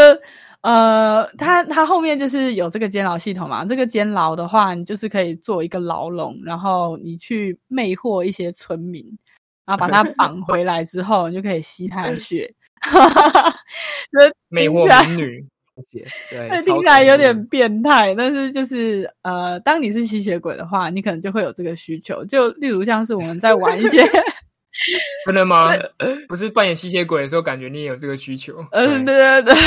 Speaker 1: 呃，它它后面就是有这个监牢系统嘛。这个监牢的话，你就是可以做一个牢笼，然后你去魅惑一些村民，然后把它绑回来之后，你就可以吸他的血。听
Speaker 2: 魅
Speaker 1: 起来
Speaker 2: 惑民女，
Speaker 3: 对，
Speaker 1: 那
Speaker 3: 超
Speaker 1: 听起来
Speaker 3: 恐
Speaker 1: 有
Speaker 3: 怖
Speaker 1: 点变态，但是就是呃，当你是吸血鬼的话，你可能就会有这个需求。就例如像是我们在玩一些
Speaker 2: 真的吗？不是扮演吸血鬼的时候，感觉你也有这个需 求。
Speaker 1: 嗯，对对对，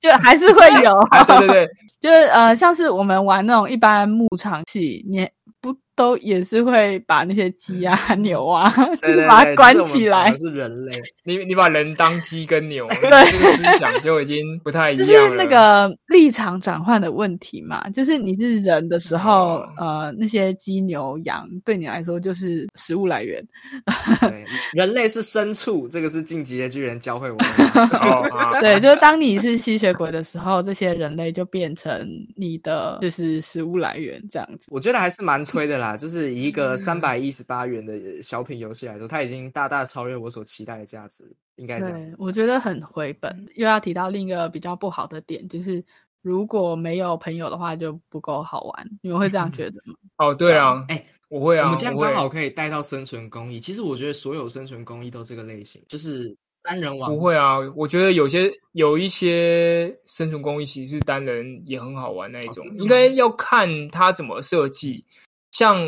Speaker 1: 就还是会有，
Speaker 2: 啊，对对对，
Speaker 1: 就是呃，像是我们玩那种一般牧场戏，你不都也是会把那些鸡啊、牛啊，就
Speaker 3: 对
Speaker 1: 是
Speaker 3: 对
Speaker 1: 把它
Speaker 3: 对
Speaker 1: 关
Speaker 3: 只
Speaker 1: 起
Speaker 3: 是我们绑
Speaker 1: 来
Speaker 3: 的，是人类，
Speaker 2: 你你把人当鸡 跟牛，你这个思想就已经不太一
Speaker 1: 就
Speaker 2: 样
Speaker 1: 是
Speaker 2: 了。哦
Speaker 1: 那个立场转换的问题嘛，就是你是人的时候，
Speaker 2: 哦
Speaker 1: 呃，那些鸡、牛、羊对你来说就是食物来源，
Speaker 3: 对，人类是牲畜，这个是晋级的巨人教会 我们的。
Speaker 2: 哦，啊
Speaker 1: 对，就是当你是吸血鬼的时候，这些人类就变成你的就是食物来源这样子。
Speaker 3: 我觉得还是蛮推的啦，就是以一
Speaker 2: 嗯
Speaker 3: 个三百一十八元的小品游戏来说，它已经大大超越我所期待的价值，应该这样
Speaker 1: 对
Speaker 3: 子，
Speaker 1: 我觉得很回
Speaker 2: 嗯
Speaker 1: 本。又要提到另一个比较不好的点，就是如果没有朋友的话，就不够好玩。你们会 这样觉得吗？
Speaker 2: 哦，对啊，
Speaker 3: 哎
Speaker 2: 我会啊，
Speaker 3: 我们这样
Speaker 2: 我会
Speaker 3: 刚好可以带到生存公益。其实我觉得所有生存公益都这个类型，就是单人网
Speaker 2: 不会啊，我觉得有些有一些生存公益其实是单人也很好玩那一种嗯
Speaker 3: 哦真，的
Speaker 2: 应该要看它怎么设计。像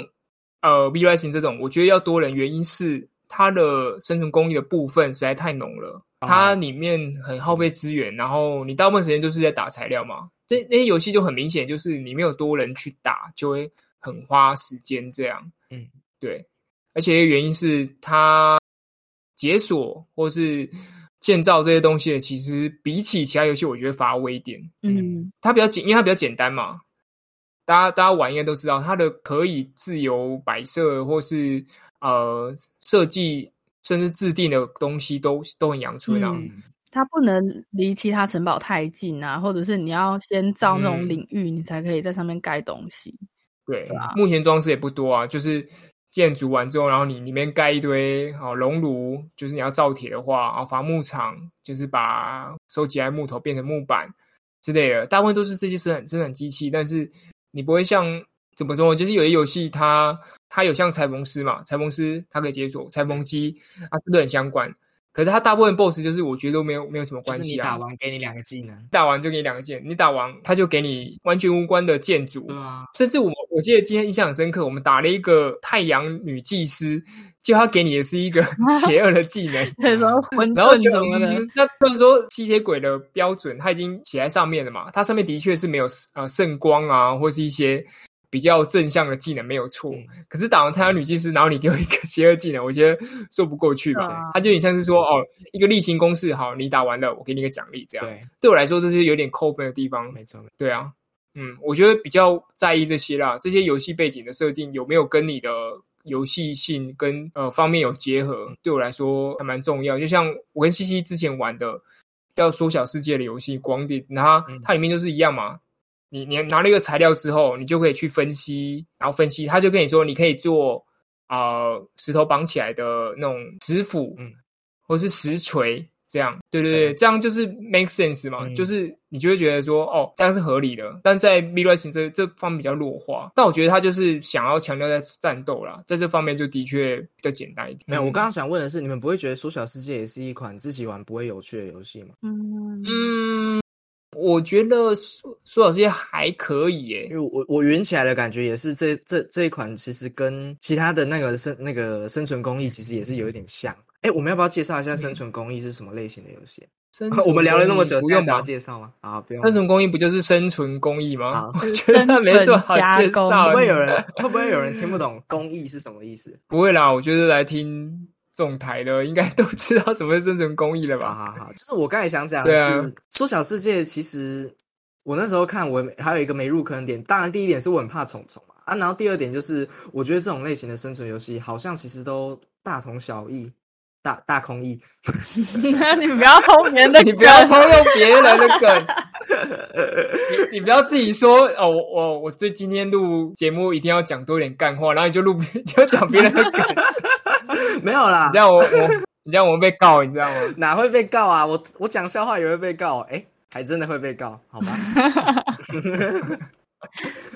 Speaker 2: 呃 V Rising 这种，我觉得要多人，原因是它的生存公益的部分实在太浓了，它里面很耗费资源，然后你大部分时间就是在打材料嘛。这那些游戏就很明显，就是你没有多人去打，就会很花时间这样。
Speaker 3: 嗯，
Speaker 2: 对，而且一个原因是它解锁或是建造这些东西的，其实比起其他游戏，我觉得乏味一点。
Speaker 1: 嗯，
Speaker 2: 它比较简，因为它比较简单嘛。大家大家玩应该都知道，它的可以自由摆设或是呃设计，甚至制定的东西都都很阳春啊。
Speaker 1: 嗯它不能离其他城堡太近啊，或者是你要先造那种
Speaker 2: 嗯
Speaker 1: 领域，你才可以在上面盖东西。
Speaker 2: 对，
Speaker 3: 啊
Speaker 2: 目前装饰也不多啊，就是建筑完之后，然后你里面盖一堆哦熔炉，就是你要造铁的话，啊、伐木场就是把收集来木头变成木板之类的，大部分都是这些生产生产机器，但是你不会像怎么说，就是有些游戏它它有像裁缝师嘛，裁缝师它可以解锁裁缝机，它是不是很相关？可是它大部分 BOSS 就是我觉得都没有没有什么
Speaker 3: 就
Speaker 2: 关
Speaker 3: 是你
Speaker 2: 系
Speaker 3: 打
Speaker 2: 啊，
Speaker 3: 完给你两个技能，
Speaker 2: 打完就给你两个剑，你打完它就给你完全无关的建筑，
Speaker 3: 对啊，
Speaker 2: 甚至我我记得今天印象很深刻，我们打了一个太阳女祭司，就她给你的是 一个邪恶的技能。
Speaker 1: 对，什么混
Speaker 2: 嗯然后
Speaker 1: 沌
Speaker 2: 就
Speaker 1: 什么的，
Speaker 2: 嗯那虽然说吸血鬼的标准它已经写在上面了嘛，它上面的确是没有呃圣光啊，或是一些比较正向的技能没有错，
Speaker 3: 嗯
Speaker 2: 可是打完太阳女祭司，然后你给我一个邪恶技能，我觉得说不过去吧
Speaker 1: 对啊。
Speaker 2: 它就有点像是说，哦，一个例行公事，好，你打完了，我给你一个奖励，这样。
Speaker 3: 对，
Speaker 2: 对我来说，这是有点扣分的地方。
Speaker 3: 没错，没
Speaker 2: 对啊，嗯，我觉得比较在意这些啦，这些游戏背景的设定有没有跟你的游戏性跟呃方面有结合，对我来说还蛮重要。就像我跟西西之前玩的叫《缩小世界》的游戏《光点》，然后它
Speaker 3: 嗯
Speaker 2: 它里面就是一样嘛。你你拿了一个材料之后，你就可以去分析，然后分析，他就跟你说，你可以做啊、呃石头绑起来的那种石斧，
Speaker 3: 嗯
Speaker 2: 或是石锤，这样，对对对，
Speaker 3: 对
Speaker 2: 这样就是 make sense 嘛，
Speaker 3: 嗯
Speaker 2: 就是你就会觉得说，哦，这样是合理的，但在 mirror 型这这方面比较弱化，但我觉得他就是想要强调在战斗啦，在这方面就的确比较简单一点。
Speaker 3: 没有，我
Speaker 2: 嗯
Speaker 3: 刚刚想问的是，你们不会觉得《缩小世界》也是一款自己玩不会有趣的游戏吗？
Speaker 1: 嗯
Speaker 2: 嗯，我觉得苏苏老师还可以
Speaker 3: 因
Speaker 2: 耶，
Speaker 3: 为我我云起来的感觉也是这这这一款，其实跟其他的那个生那个生存公益其实也是有一点像。哎，我们要不要介绍一下生存公益是什么类型的游戏？
Speaker 2: 生
Speaker 3: 我们聊了那么久，
Speaker 2: 存公益不
Speaker 3: 现在
Speaker 2: 用
Speaker 3: 是要
Speaker 2: 吧？
Speaker 3: 介绍吗？啊，不用了。
Speaker 2: 生存工艺不就是生存工艺吗
Speaker 3: 好？
Speaker 2: 我觉得没什么好介
Speaker 1: 生存加工
Speaker 2: 绍
Speaker 3: 会不
Speaker 2: 的
Speaker 3: 会，有人会不会有人听不懂公益是什么意思？
Speaker 2: 不会啦，我觉得来听这种台的应该都知道什么是生存工艺了
Speaker 3: 好
Speaker 2: 吧？
Speaker 3: 好好，就是我刚才想讲的
Speaker 2: 对
Speaker 3: 是，
Speaker 2: 啊
Speaker 3: 缩小世界其实我那时候看我也没还有一个没入坑的点，当然第一点是我很怕虫虫嘛啊，然后第二点就是我觉得这种类型的生存游戏好像其实都大同小异，大大空异。
Speaker 1: 你不要偷别人的
Speaker 2: 你不要
Speaker 1: 梗
Speaker 2: 偷用别人的 梗，你你不要自己说哦，我我我最今天录节目一定要讲多一点干话，然后你就录你就讲别人 的梗，
Speaker 3: 没有啦
Speaker 2: 你这，样我我你这样我会被告，你知道吗？
Speaker 3: 哪会被告啊？我我讲笑话也会被告，哎、还真的会被告，好吗？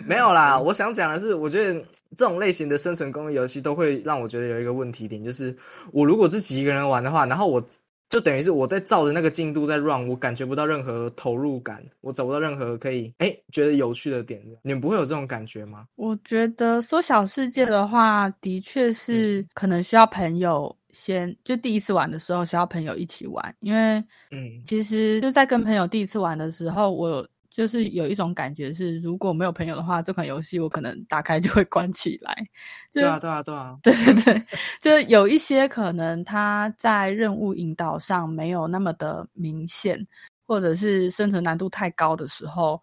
Speaker 3: 没有啦，我想讲的是，我觉得这种类型的生存公益游戏都会让我觉得有一个问题点，就是我如果自己一个人玩的话，然后我就等于是我在照着那个进度在 run，我感觉不到任何投入感，我找不到任何可以哎、觉得有趣的点。你们不会有这种感觉吗？
Speaker 1: 我觉得缩小世界的话，的确是可能需要朋友先，就第一次玩的时候需要朋友一起玩，因为
Speaker 3: 嗯，
Speaker 1: 其实就在跟朋友第一次玩的时候，我就是有一种感觉是，如果没有朋友的话，这款游戏我可能打开就会关起来。就
Speaker 3: 对啊，对啊，对啊，
Speaker 1: 对对对，就是有一些可能它在任务引导上没有那么的明显，或者是生存难度太高的时候，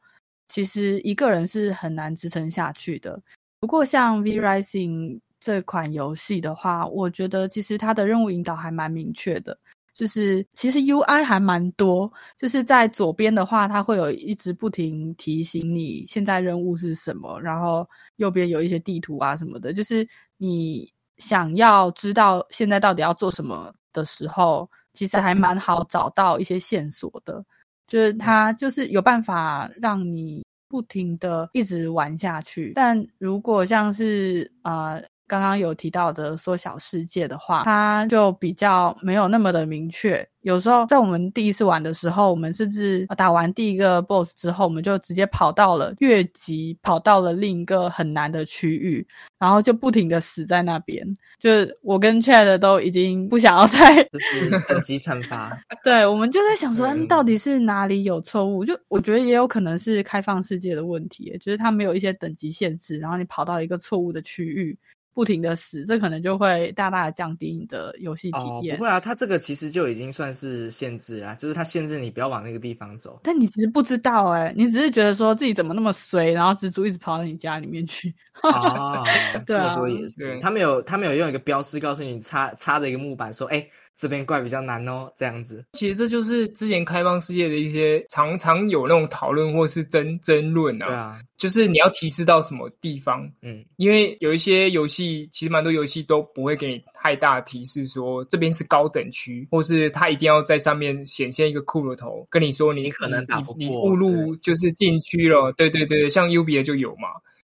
Speaker 1: 其实一个人是很难支撑下去的。不过像 V Rising 这款游戏的话，我觉得其实它的任务引导还蛮明确的。就是其实 UI 还蛮多，就是在左边的话，它会有一直不停提醒你现在任务是什么，然后右边有一些地图啊什么的，就是你想要知道现在到底要做什么的时候，其实还蛮好找到一些线索的，就是它就是有办法让你不停的一直玩下去。但如果像是呃刚刚有提到的缩小世界的话，它就比较没有那么的明确。有时候在我们第一次玩的时候，我们甚至呃打完第一个 BOSS 之后，我们就直接跑到了越级，跑到了另一个很难的区域，然后就不停的死在那边。就是我跟 Chad 都已经不想要再
Speaker 3: 就是等级惩罚。
Speaker 1: 对，我们就在想说，
Speaker 3: 对
Speaker 1: 嗯到底是哪里有错误？就我觉得也有可能是开放世界的问题，就是他们有一些等级限制，然后你跑到一个错误的区域，不停的死，这可能就会大大的降低你的游戏体
Speaker 3: 哦，
Speaker 1: 验。
Speaker 3: 不会啊，它这个其实就已经算是限制啦，就是它限制你不要往那个地方 走。
Speaker 1: 但你其实不知道哎、你只是觉得说自己怎么那么衰，然后蜘蛛一直跑到你家里面去。
Speaker 3: 哦，
Speaker 1: 对
Speaker 3: 这
Speaker 1: 啊
Speaker 3: 么说也
Speaker 2: 对
Speaker 3: 是，他们有他们有用一个标识告诉你插插着一个木板说，哎，这边怪比较难哦，这样子。
Speaker 2: 其实这就是之前开放世界的一些常常有那种讨论或是争争论
Speaker 3: 对啊，
Speaker 2: 就是你要提示到什么地方，
Speaker 3: 嗯，
Speaker 2: 因为有一些游戏，其实蛮多游戏都不会给你太大的提示说这边是高等区，或是它一定要在上面显现一个骷髅头，跟你说你
Speaker 3: 你可能打不过
Speaker 2: 你你误入就是禁区了。对对对，像 U B A 就有嘛，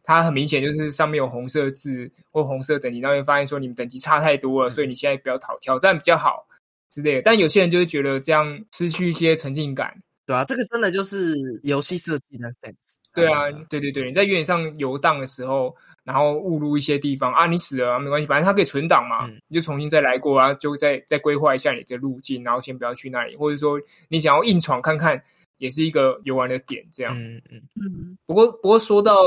Speaker 2: 它很明显就是上面有红色字或红色等级，然后你发现说你们等级差太多了，
Speaker 3: 嗯
Speaker 2: 所以你现在不要讨挑战比较好之类的。但有些人就会觉得这样失去一些沉浸感，
Speaker 3: 对啊，这个真的就是游戏设计的 sense。
Speaker 2: 对啊，
Speaker 3: 嗯
Speaker 2: 对对对，你在原野上游荡的时候，然后误入一些地方啊，你死了、啊、没关系，反正它可以存档嘛，
Speaker 3: 嗯
Speaker 2: 你就重新再来过啊，就再再规划一下你的路径，然后先不要去那里，或者说你想要硬闯看看，也是一个游玩的点。这样，
Speaker 3: 嗯嗯，
Speaker 1: 嗯，
Speaker 2: 不过不过说到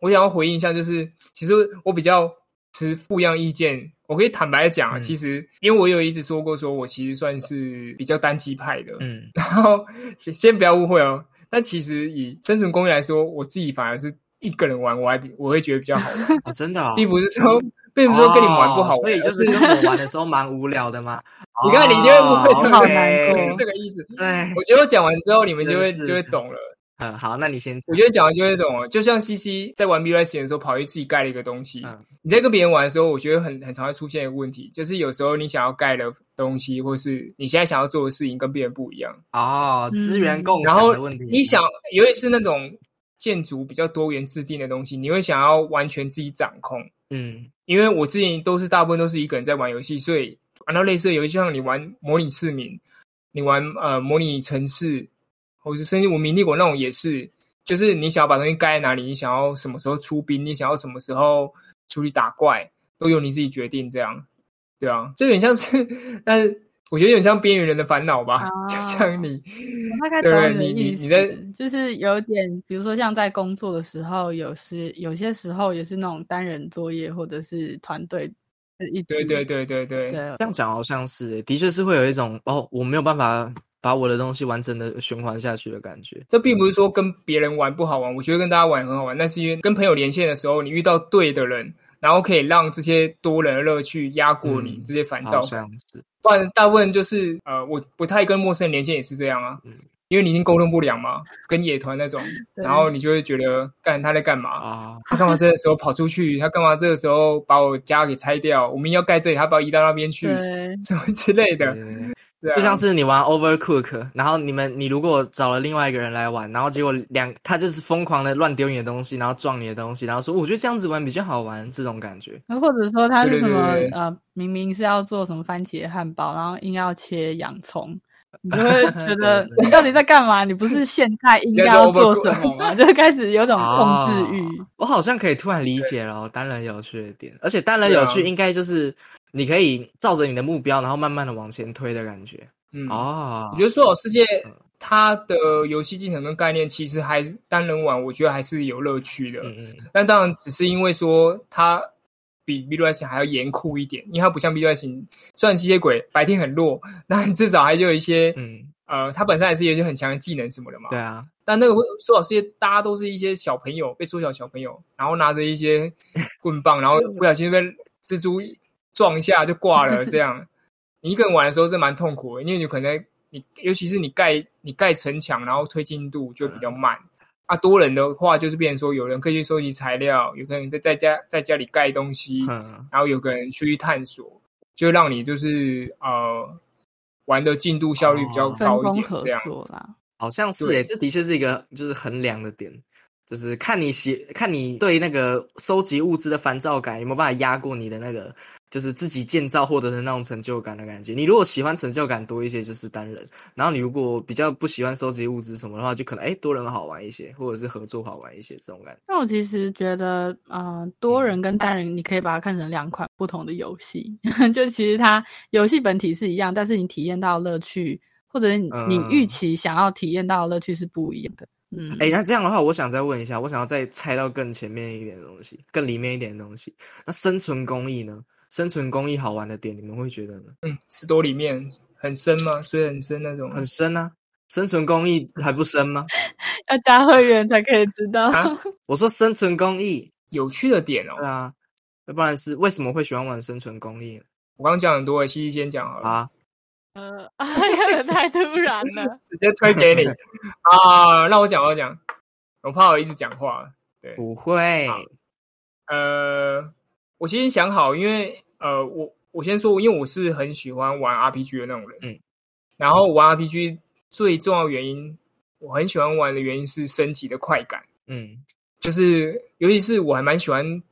Speaker 2: 我想要回应一下，就是其实我比较持不一样意见。我可以坦白讲啊，
Speaker 3: 嗯
Speaker 2: 其实因为我有一直说过，说我其实算是比较单机派的。
Speaker 3: 嗯，
Speaker 2: 然后先不要误会哦，但其实以《生存公寓》来说，我自己反而是一个人玩，我还比我会觉得比较好玩，
Speaker 3: 哦，真的、哦，
Speaker 2: 并不是说并不是说跟你玩不好玩，
Speaker 3: 哦所以就是
Speaker 2: 而
Speaker 3: 跟我玩的时候蛮无聊的嘛。
Speaker 2: 你看你就会误会
Speaker 3: 哦
Speaker 1: 好
Speaker 3: OK，
Speaker 1: 难过
Speaker 2: 是这个意思。
Speaker 3: 对，
Speaker 2: 我觉得我讲完之后，你们就会
Speaker 3: 真是
Speaker 2: 就会懂了。
Speaker 3: 嗯，好，那你先，
Speaker 2: 我觉得讲完就会懂了，就像西西在玩 B Y 型的时候，跑去自己盖了一个东西。
Speaker 3: 嗯
Speaker 2: 你在跟别人玩的时候，我觉得很很常会出现一个问题，就是有时候你想要盖的东西，或是你现在想要做的事情跟别人不一样。
Speaker 3: 哦，
Speaker 1: 嗯
Speaker 3: 资源共
Speaker 2: 然后
Speaker 3: 享的问题，
Speaker 2: 你想，尤其是那种建筑比较多元制定的东西，你会想要完全自己掌控。
Speaker 3: 嗯，
Speaker 2: 因为我之前都是大部分都是一个人在玩游戏，所以玩到类似的游戏，像你玩模拟市民，你玩呃模拟城市，或是甚至文明帝国那种也是，就是你想要把东西盖在哪里，你想要什么时候出兵，你想要什么时候出去打怪，都由你自己决定。这样，对啊，这有点像是， 但是我觉得有点像边缘人的烦恼吧，
Speaker 1: 啊
Speaker 2: 就像你
Speaker 1: 我大概
Speaker 2: 对
Speaker 1: 懂
Speaker 2: 对
Speaker 1: 的
Speaker 2: 你你
Speaker 1: 意思，
Speaker 2: 你在
Speaker 1: 就是有点，比如说像在工作的时候，有时有些时候也是那种单人作业或者是团队是一
Speaker 2: 对
Speaker 1: 起
Speaker 2: 对对对对
Speaker 1: 对
Speaker 3: 这样讲好像是，欸的确是会有一种哦，我没有办法把我的东西完整的循环下去的感觉。
Speaker 2: 这并不是说跟别人玩不好玩，我觉得跟大家玩很好玩，但是因为跟朋友连线的时候，你遇到对的人，然后可以让这些多人的乐趣压过你、
Speaker 3: 嗯
Speaker 2: 这些烦躁
Speaker 3: 好
Speaker 2: 感。
Speaker 3: 像是，
Speaker 2: 不然大部分就是呃，我不太跟陌生人连线也是这样啊，
Speaker 3: 嗯
Speaker 2: 因为你已经沟通不良嘛，跟野团那种，
Speaker 1: 对
Speaker 2: 然后你就会觉得干他在干嘛？
Speaker 3: 啊、
Speaker 2: 他干嘛这个时候跑出去？他干嘛这个时候把我家给拆掉？我们要盖这里，他把我移到那边去，
Speaker 1: 对，
Speaker 2: 什么之类的
Speaker 3: 对。对对
Speaker 2: 对啊
Speaker 3: 就像是你玩 Overcook，然后你们你如果找了另外一个人来玩，然后结果两他就是疯狂的乱丢你的东西，然后撞你的东西，然后说我觉得这样子玩比较好玩，这种感觉。
Speaker 1: 或者说他
Speaker 2: 对
Speaker 1: 是
Speaker 2: 对
Speaker 1: 什
Speaker 2: 对
Speaker 1: 么
Speaker 2: 对对
Speaker 1: 呃，明明是要做什么番茄汉堡，然后硬要切洋葱，你就 会觉得
Speaker 3: 对对对
Speaker 1: 你到底在干嘛？你不是现在应该
Speaker 2: 你在
Speaker 1: 要
Speaker 2: 做
Speaker 1: 做
Speaker 2: overcook
Speaker 1: 什么吗？就开始有种控制
Speaker 2: 啊
Speaker 1: 欲。
Speaker 3: 哦我好像可以突然理解了哦单人有趣的点，而且单人有趣
Speaker 2: 对啊
Speaker 3: 应该就是你可以照着你的目标，然后慢慢的往前推的感觉。
Speaker 2: 嗯，
Speaker 3: 哦
Speaker 2: 我，觉得《说好世界》它的游戏进程跟概念，其实还是单人玩，我觉得还是有乐趣的。
Speaker 3: 嗯嗯，
Speaker 2: 但当然，只是因为说它比 B 端型还要严酷一点，因为它不像 B 端型，虽然吸血鬼白天很弱，那至少还有一些，
Speaker 3: 嗯，
Speaker 2: 呃，它本身还是有一些很强的技能什么的嘛。
Speaker 3: 对。啊，
Speaker 2: 但那个说好世界，大家都是一些小朋友，被缩小小朋友，然后拿着一些棍棒， 然后不小心被蜘蛛撞一下就挂了。这 样，你一个人玩的时候是蛮痛苦的，因为你可能你，尤其是你盖你盖城墙，然后推进度就比较
Speaker 3: 嗯
Speaker 2: 慢。啊，多人的话就是变成说，有人可以去收集材料，有个人在在家在家里盖东西，
Speaker 3: 嗯，
Speaker 2: 然后有个人去探索，就让你就是呃玩的进度效率比较
Speaker 3: 哦
Speaker 1: 分
Speaker 2: 高一
Speaker 1: 工
Speaker 2: 点，
Speaker 1: 合
Speaker 2: 这样。
Speaker 1: 作啦，
Speaker 3: 好像是欸
Speaker 2: 对
Speaker 3: 诶，这的确是一个就是衡量的点，就是看你喜看你对那个收集物资的烦躁感有没有办法压过你的那个，就是自己建造获得的那种成就感的感觉。你如果喜欢成就感多一些，就是单人；然后你如果比较不喜欢收集物资什么的话，就可能诶多人好玩一些，或者是合作好玩一些这种感觉。
Speaker 1: 那我其实觉得，呃，多
Speaker 2: 嗯
Speaker 1: 人跟单人，你可以把它看成两款不同的游戏。 就其实它游戏本体是一样，但是你体验到乐趣，或者是你你预
Speaker 3: 嗯
Speaker 1: 期想要体验到的乐趣是不一样的。嗯，
Speaker 3: 哎、那这样的话，我想再问一下，我想要再猜到更前面一点的东西，更里面一点的东西。那生存公益呢？生存公益好玩的点，你们会觉得呢？
Speaker 2: 嗯，石头里面很深吗？水很深那种。
Speaker 3: 很深啊，生存公益还不深吗？
Speaker 1: 要加会员才可以知 道。
Speaker 2: 啊，
Speaker 3: 我说生存公益，
Speaker 2: 有趣的点哦
Speaker 3: 对，啊，要不然是为什么会喜欢玩生存公益呢
Speaker 2: 我刚刚讲很多，西西先讲好了，
Speaker 3: 啊？
Speaker 1: 呃，啊，有点太突然了。
Speaker 2: 直接推给 你啊。让我讲，我讲，我怕我一直讲话。
Speaker 3: 不会，
Speaker 2: 好呃，我其实想好，因为呃，我我先说，因为我是很喜欢玩 RPG 的那种人，
Speaker 3: 嗯，
Speaker 2: 然后玩 RPG 最重要的原因，我很喜欢玩的原因是升级的快感。
Speaker 3: 嗯
Speaker 2: 就是尤其是我还蛮喜欢，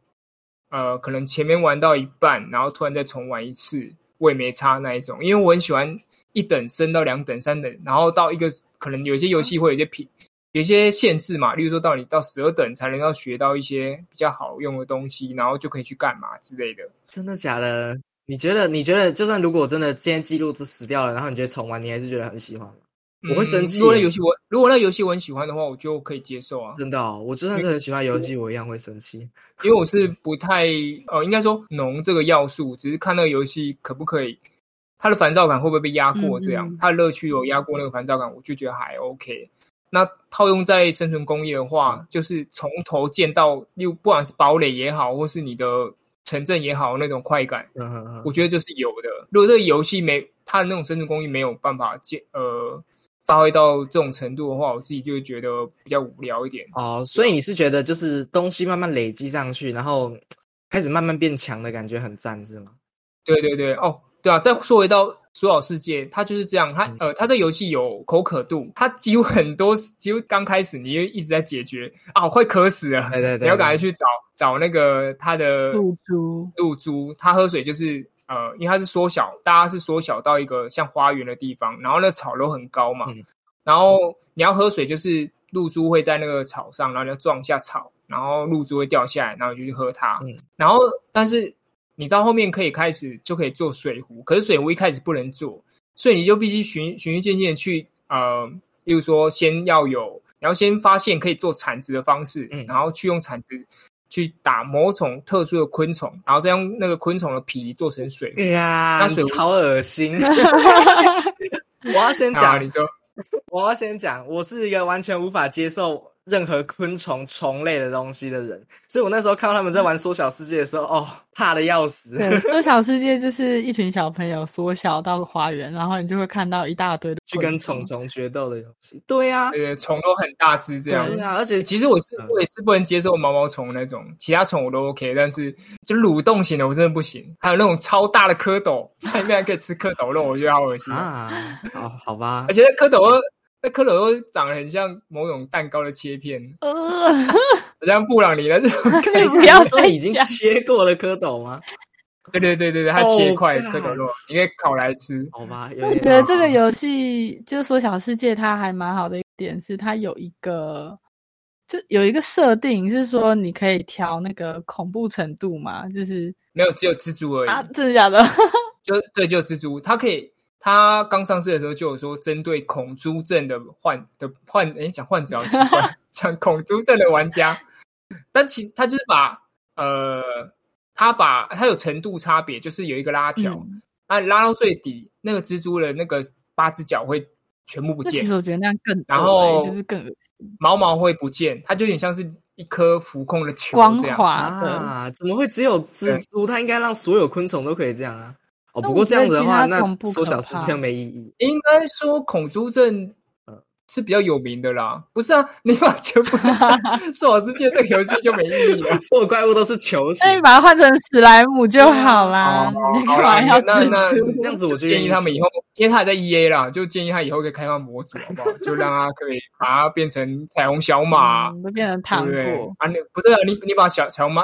Speaker 2: 呃，可能前面玩到一半，然后突然再重玩一次，我也没差那一种，因为我很喜欢一等升到两等、三等，然后到一个可能有一些游戏会有一些品，有一些限制嘛，例如说到你到十二等才能够学到一些比较好用的东西，然后就可以去干嘛之类的。
Speaker 3: 真的假的？你觉得？你觉得，就算如果真的今天记录都死掉了，然后你觉得重玩，你还是觉得很喜欢吗？我会生
Speaker 2: 嗯如
Speaker 3: 气
Speaker 2: 果那游戏我如果那游戏我很喜欢的话，我就可以接受啊，
Speaker 3: 真的哦、我就算是很喜欢游戏，我一样会生气。
Speaker 2: 因为我是不太呃，应该说浓这个要素，只是看那个游戏可不可以，它的烦躁感会不会被压过，这样、
Speaker 1: 嗯嗯
Speaker 2: 它的乐趣有压过那个烦躁感，我就觉得还 OK。那套用在生存工业的
Speaker 1: 嗯
Speaker 2: 话，就是从头建到，又不管是堡垒也好，或是你的城镇也好，那种快感，
Speaker 3: 嗯哼哼
Speaker 2: 我觉得就是有的。如果这个游戏没它的那种生存工艺没有办法建呃发挥到这种程度的话，我自己就会觉得比较无聊一点。
Speaker 3: 哦，所以你是觉得就是东西慢慢累积上去，然后开始慢慢变强的感觉很赞是吗？
Speaker 2: 对对对，哦，对啊，再说回到《索尔世界》，它就是这样，它
Speaker 3: 嗯
Speaker 2: 呃，它这游戏有口渴度，它几乎很多，几乎刚开始你就一直在解决啊，我快渴死了，
Speaker 3: 对对
Speaker 2: 你
Speaker 3: 对
Speaker 2: 要赶快去找找那个它的
Speaker 1: 露珠，
Speaker 2: 露珠，它喝水就是呃，因为它是缩小，大家是缩小到一个像花园的地方，然后那草都很高嘛，
Speaker 3: 嗯
Speaker 2: 然后你要喝水就是露珠会在那个草上，然后你要撞一下草，然后露珠会掉下来，然后你就去喝它，
Speaker 3: 嗯
Speaker 2: 然后但是你到后面可以开始就可以做水壶，可是水壶一开始不能做，所以你就必须循循序渐进的去呃，例如说先要有，你要先发现可以做铲子的方式，
Speaker 3: 嗯
Speaker 2: 然后去用铲子去打某种特殊的昆虫，然后再用那个昆虫的皮做成水
Speaker 3: 哎呀，
Speaker 1: 啊
Speaker 2: 那水
Speaker 3: 你超 恶心！我要先
Speaker 2: 壶。啊，
Speaker 3: 讲
Speaker 2: 你，说
Speaker 3: 我要先讲，我是一个完全无法接受任何昆虫虫类的东西的人，所以我那时候看到他们在玩缩小世界的时候，哦，怕的要死。
Speaker 1: 嗯对，缩小世界就是一群小朋友缩小到花园，然后你就会看到一大堆的
Speaker 3: 去跟虫虫决斗的游戏，对啊呀、
Speaker 2: 呃，虫都很大只这样。
Speaker 1: 嗯
Speaker 3: 对呀、而且
Speaker 2: 其实我是
Speaker 3: 嗯
Speaker 2: 我也是不能接受毛毛虫那种，其他虫我都 OK，但是就蠕动型的我真的不行。还有那种超大的蝌蚪，它里面还可以吃蝌蚪肉，我觉得好恶心。
Speaker 3: 啊，好好吧
Speaker 2: 而，且那蝌蚪肉，那蝌蚪肉长得很像某种蛋糕的切片，
Speaker 1: 呃，
Speaker 2: 好像布朗尼那种。
Speaker 1: 可以
Speaker 3: 你
Speaker 1: 不 要
Speaker 3: 是说
Speaker 1: 再
Speaker 3: 已经
Speaker 1: 讲
Speaker 3: 切过了蝌蚪吗？
Speaker 2: 对对对对对，它
Speaker 3: 哦
Speaker 2: 切块
Speaker 3: 干
Speaker 2: 蝌蚪肉，你可以烤来吃。
Speaker 3: 好吧，有
Speaker 1: 我
Speaker 3: 点
Speaker 1: 觉得
Speaker 3: 恶
Speaker 1: 这个
Speaker 3: 心
Speaker 1: 游戏就是《缩小世界》，它还蛮好的一点是，它有一个就有一个设定是说，你可以调那个恐怖程度嘛，就是
Speaker 2: 没有，只有蜘蛛而已。
Speaker 1: 啊，真的假的？
Speaker 2: 就对，就有蜘蛛，它可以，它刚上市的时候就有说，针对恐猪症的患的患，诶，讲患者好奇 怪，讲恐猪症的玩家，但其实它就是把呃，它把它有程度差别，就是有一个拉条，
Speaker 1: 嗯
Speaker 2: 那、拉到最底，那个蜘蛛的那个八只脚会全部不
Speaker 1: 那其
Speaker 2: 见
Speaker 1: 实，我觉得那样更恶欸，
Speaker 2: 然后
Speaker 1: 就是更恶
Speaker 2: 毛毛会不见，它就有点像是一颗浮空的球
Speaker 1: 光
Speaker 2: 这样。
Speaker 1: 滑的。
Speaker 3: 啊！怎么会只有蜘蛛？它应该让所有昆虫都可以这样啊！哦，
Speaker 1: 那
Speaker 3: 不
Speaker 1: 我
Speaker 3: 过
Speaker 1: 觉
Speaker 3: 这
Speaker 1: 得
Speaker 3: 样子的
Speaker 1: 其
Speaker 3: 话，
Speaker 1: 他
Speaker 3: 那
Speaker 1: 虫不
Speaker 3: 缩
Speaker 1: 可
Speaker 3: 小世界
Speaker 1: 怕
Speaker 3: 没意义。
Speaker 2: 应该说恐猪症
Speaker 3: 嗯
Speaker 2: 是比较有名的啦，不是啊？你把全 部拿说好世界这个游戏就没意义了。
Speaker 3: 所有怪物都是球形
Speaker 1: 那，哎你把它换成史莱姆就好啦，你
Speaker 2: 啊哦好
Speaker 1: 干
Speaker 2: 啦
Speaker 1: 嘛要
Speaker 2: 那
Speaker 1: 蜘
Speaker 2: 那
Speaker 1: 蛛
Speaker 3: 这样子我就
Speaker 2: 建议他们
Speaker 3: 以
Speaker 2: 以后，因为他还在 E A 啦，就建议他以后可以开放模组，好不好？就让他可以把它变成彩虹小马，
Speaker 1: 嗯都变成
Speaker 2: 对
Speaker 1: 糖
Speaker 2: 不对
Speaker 1: 果？，
Speaker 2: 啊，你不对啊，你你把小彩虹马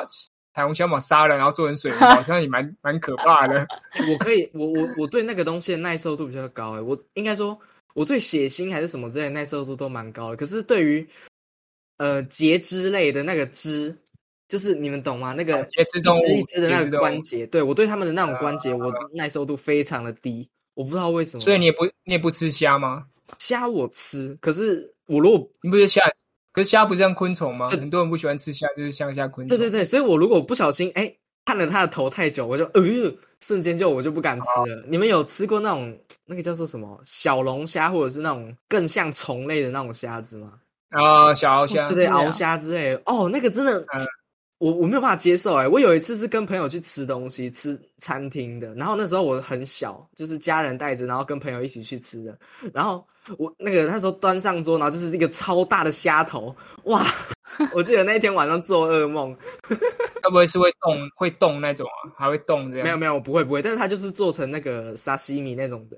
Speaker 2: 彩虹小马杀了，然后做成水壶，好像也蛮蛮可怕 的。
Speaker 3: 我可以，我我我对那个东西的耐受度比较高哎、我应该说我对血腥还是什么之类的耐受度都蛮高的，可是对于呃节肢类的那个肢，就是你们懂吗？那个
Speaker 2: 啊节肢动物
Speaker 3: 一只一只的那
Speaker 2: 节肢动
Speaker 3: 个
Speaker 2: 物
Speaker 3: 关节，对我对他们的那种关节，我耐受度非常的低，我不知道为什么。
Speaker 2: 所以你也不你也不吃虾吗？
Speaker 3: 虾我吃，可是我如果
Speaker 2: 你不觉得虾？可是虾不是像昆虫吗？
Speaker 3: 对
Speaker 2: 很多人不喜欢吃虾，就是像虾昆虫。
Speaker 3: 对对对，所以我如果不小心哎看了它的头太久，我就呃瞬间就我就不敢吃了。你们有吃过那种那个叫做什么小龙虾，或者是那种更像虫类的那种虾子吗？
Speaker 2: 啊，小鳌虾
Speaker 3: 对，对，
Speaker 1: 对啊
Speaker 3: 鳌虾之类的。哦，那个真的，我我没有办法接受哎、我有一次是跟朋友去吃东西，吃餐厅的，然后那时候我很小，就是家人带着，然后跟朋友一起去吃的。然后我那个那时候端上桌，然后就是一个超大的虾头，哇！ 我记得那一天晚上做噩梦，
Speaker 2: 会不会是会动会动那种啊？还会动这样？
Speaker 3: 没有没有，我不会不会，但是它就是做成那个沙西米那种的。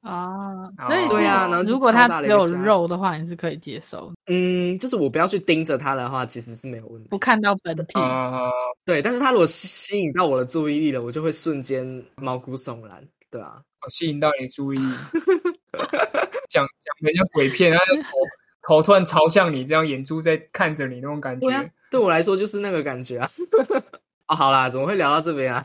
Speaker 1: 啊，
Speaker 2: 哦
Speaker 1: 所以
Speaker 2: 对啊
Speaker 1: 如
Speaker 3: 然后就
Speaker 1: 如果
Speaker 3: 超
Speaker 1: 它
Speaker 3: 大的
Speaker 1: 只
Speaker 3: 一个
Speaker 1: 有
Speaker 3: 虾
Speaker 1: 肉的话，你是可以接受的，
Speaker 3: 嗯，就是我不要去盯着它的话，其实是没有问题。
Speaker 1: 不看到本体。
Speaker 2: 啊、
Speaker 3: 对，但是它如果吸吸引到我的注意力了，我就会瞬间毛骨悚然，对啊。
Speaker 2: 吸引到你的注意， 讲讲人家鬼片，然后就头头突然朝向你，这样眼珠在看着你那种感觉
Speaker 3: 对。啊，对我来说就是那个感觉啊。哦，好啦，怎么会聊到这边啊？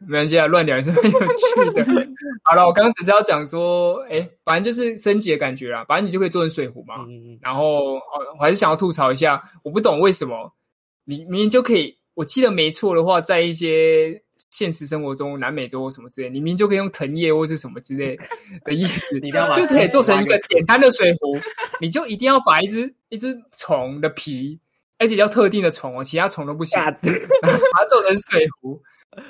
Speaker 2: 没关系啊，乱聊也是蛮有趣 的。好了，我刚刚只是要讲说，哎、反正就是升级的感觉啦，反正你就可以做成水壶嘛。
Speaker 3: 嗯嗯，
Speaker 2: 然后，哦，我还是想要吐槽一下，我不懂为什么你明明就可以，我记得没错的话，在一些现实生活中，南美洲什么之类，你明明就可以用藤叶或是什么之类的叶子
Speaker 3: 你一定要把
Speaker 2: 就是可以做成一
Speaker 3: 这
Speaker 2: 个
Speaker 3: 个
Speaker 2: 简单的水壶，你就一定要把一只一只虫的皮，而且要特定的虫哦，其他虫都不行，
Speaker 3: 嗯，
Speaker 2: 把它做成水壶。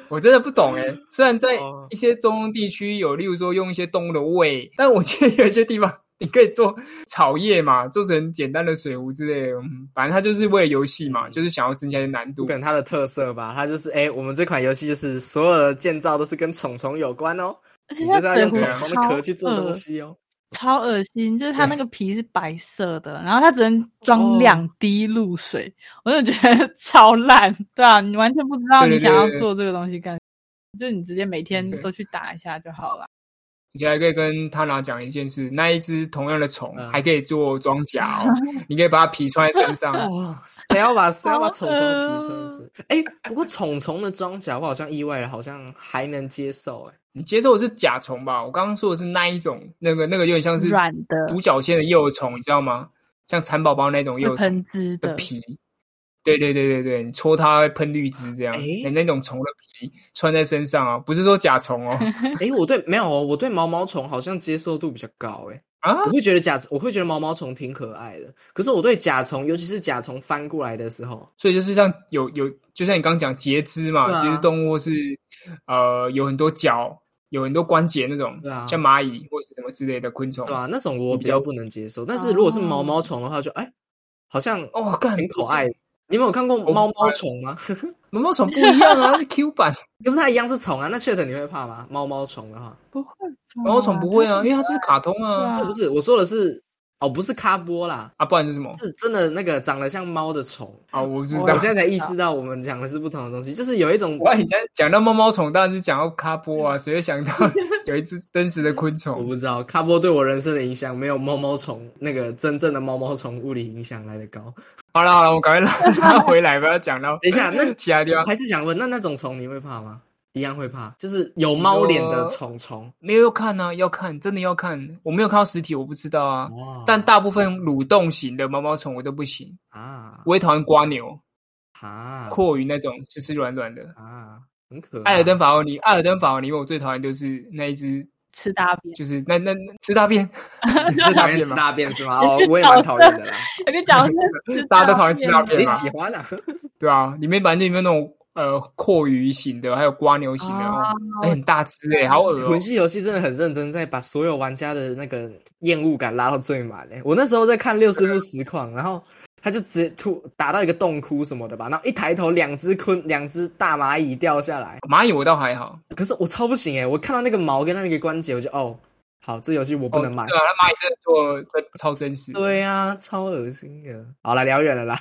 Speaker 2: 我真的不懂哎、 虽然在
Speaker 3: 哦
Speaker 2: 一些中东地区有，例如说用一些动物的胃，但我记得有一些地方你可以做草叶嘛，做成简单的水壶之类的。嗯，反正它就是为了游戏嘛，
Speaker 3: 嗯
Speaker 2: 就是想要增加一些难
Speaker 3: 有
Speaker 2: 度
Speaker 3: 可。能它的特色吧，它就是哎、我们这款游戏就是所有的建造都是跟虫虫有关哦，
Speaker 1: 而且
Speaker 3: 你
Speaker 1: 它
Speaker 3: 就是要
Speaker 1: 水
Speaker 3: 用
Speaker 1: 壶
Speaker 3: 虫
Speaker 2: 水
Speaker 3: 虫的
Speaker 1: 啊超
Speaker 3: 壳去做
Speaker 1: 恶
Speaker 3: 东西哦。
Speaker 1: 超恶心，就是它那个皮是白色的，然后它只能
Speaker 2: 哦
Speaker 1: 装两滴露水，我就觉得 超烂。对啊，你完全不知道
Speaker 2: 对对
Speaker 1: 你想要
Speaker 2: 对嗯对
Speaker 1: 做这个东西干什么，就你直接每天
Speaker 2: 对
Speaker 1: 都去打一下就好了。
Speaker 2: 而且还可以跟他拿讲一件事，那一只同样的虫
Speaker 3: 嗯
Speaker 2: 还可以做装 甲哦，你可以把它皮穿在身上。
Speaker 1: 嗯
Speaker 3: 哇，谁要把谁要把
Speaker 1: 好
Speaker 3: 虫虫的
Speaker 1: 恶
Speaker 3: 皮穿死？哎、不过虫虫的装甲我好像意外了，好像还能接受哎、
Speaker 2: 你接受的是甲虫吧？我刚刚说的是那一种，那个那个有点像是
Speaker 1: 软的
Speaker 2: 独角仙的幼虫，你知道吗？像蚕宝宝那种
Speaker 1: 会
Speaker 2: 幼虫
Speaker 1: 喷。汁
Speaker 2: 的
Speaker 1: 的，
Speaker 2: 皮。对对对对对，你戳它会喷绿汁这样，
Speaker 3: 诶
Speaker 2: 那那种虫的皮穿在身上啊，不是说甲虫 哦
Speaker 3: 哎、我对没有哦，我对毛毛虫好像接受度比较高哎、
Speaker 2: 啊
Speaker 3: 我，会觉得甲，我会觉得毛毛虫挺可爱的。可是我对甲虫，尤其是甲虫翻过来的时候，
Speaker 2: 所以就是像有有，就像你刚刚讲节肢嘛，
Speaker 3: 对啊
Speaker 2: 节肢动物或是呃有很多脚、有很多关节那种，
Speaker 3: 对啊
Speaker 2: 像蚂蚁或是什么之类的昆虫。
Speaker 3: 对啊吧、那种我比较不能接受。但
Speaker 1: 哦
Speaker 3: 是如果是毛毛虫的话就，哎，好像
Speaker 2: 哦，干
Speaker 3: 很可爱。你们有看过
Speaker 2: 我
Speaker 3: 猫猫虫吗？
Speaker 2: 毛毛虫不一样 啊，是 Q 版
Speaker 3: 可是它一样是虫啊。那确实你会怕吗？猫猫虫的话，
Speaker 1: 不会吧，
Speaker 2: 毛毛虫不会啊，因为它就是卡通
Speaker 1: 对
Speaker 2: 啊
Speaker 1: 啊
Speaker 3: 是不是？我说的是哦，不是咖波啦，
Speaker 2: 啊，不然是什么
Speaker 3: 是真的那个长得像猫的虫。
Speaker 2: 啊？我不知
Speaker 1: 对
Speaker 2: 道
Speaker 3: 我。现在才意识到，我们讲的是不同的东西，就是有一种
Speaker 2: 我以前讲到毛毛虫，当然是讲到卡波啊，谁会想到 有一只真实的昆
Speaker 3: 我
Speaker 2: 虫？
Speaker 3: 不知道，咖波对我人生的影响没有猫猫虫那个真正的猫猫虫物理影响来的高。
Speaker 2: 好了好了，我赶快拉 拉回来，不要讲到
Speaker 3: 等一下，那
Speaker 2: 其他地
Speaker 3: 我
Speaker 2: 方。
Speaker 3: 还是想问，那那种虫你会怕吗？一样会怕，就是有猫脸的虫虫。
Speaker 2: 没有要看啊，要看，真的要看。我没有看到实体，我不知道啊。
Speaker 3: 哇
Speaker 2: 但大部分蠕动型的毛毛虫我都不行，
Speaker 3: 啊
Speaker 2: 我也讨厌瓜牛、
Speaker 3: 啊
Speaker 2: 阔鱼那种湿湿软软的。
Speaker 3: 啊，很可爱。
Speaker 2: 艾尔登法奥尼，艾尔登法奥尼，我最讨厌就是那一只，
Speaker 1: 吃大便。
Speaker 2: 就是那那那吃大 便，
Speaker 3: 你是讨厌吃大便是吗？哦，我也蛮讨厌的啦。
Speaker 1: 我跟你讲，我真的
Speaker 2: 大家都讨厌吃大便
Speaker 1: 便
Speaker 3: 你
Speaker 2: 嘛
Speaker 3: 喜欢啊？
Speaker 2: 对啊，里面反正里面那种呃阔鱼型的，还有瓜牛型的，
Speaker 1: 啊
Speaker 2: 哦哎很大只哎、好恶哦
Speaker 3: 魂。系游戏真的很认真，在把所有玩家的那个厌恶感拉到最满欸诶、我那时候在看六师傅实况，然后他就直接突打到一个洞窟什么的吧，然后一抬头，两只昆，两只大蚂蚁掉下来。
Speaker 2: 蚂蚁我倒还好，
Speaker 3: 可是我超不行诶、欸我看到那个毛跟那个关节，我就哦，好，这游戏我不
Speaker 2: 哦，
Speaker 3: 能买。
Speaker 2: 对啊，那蚂蚁真的做真超真实。
Speaker 3: 对啊呀、超恶心的。好了，聊远了啦，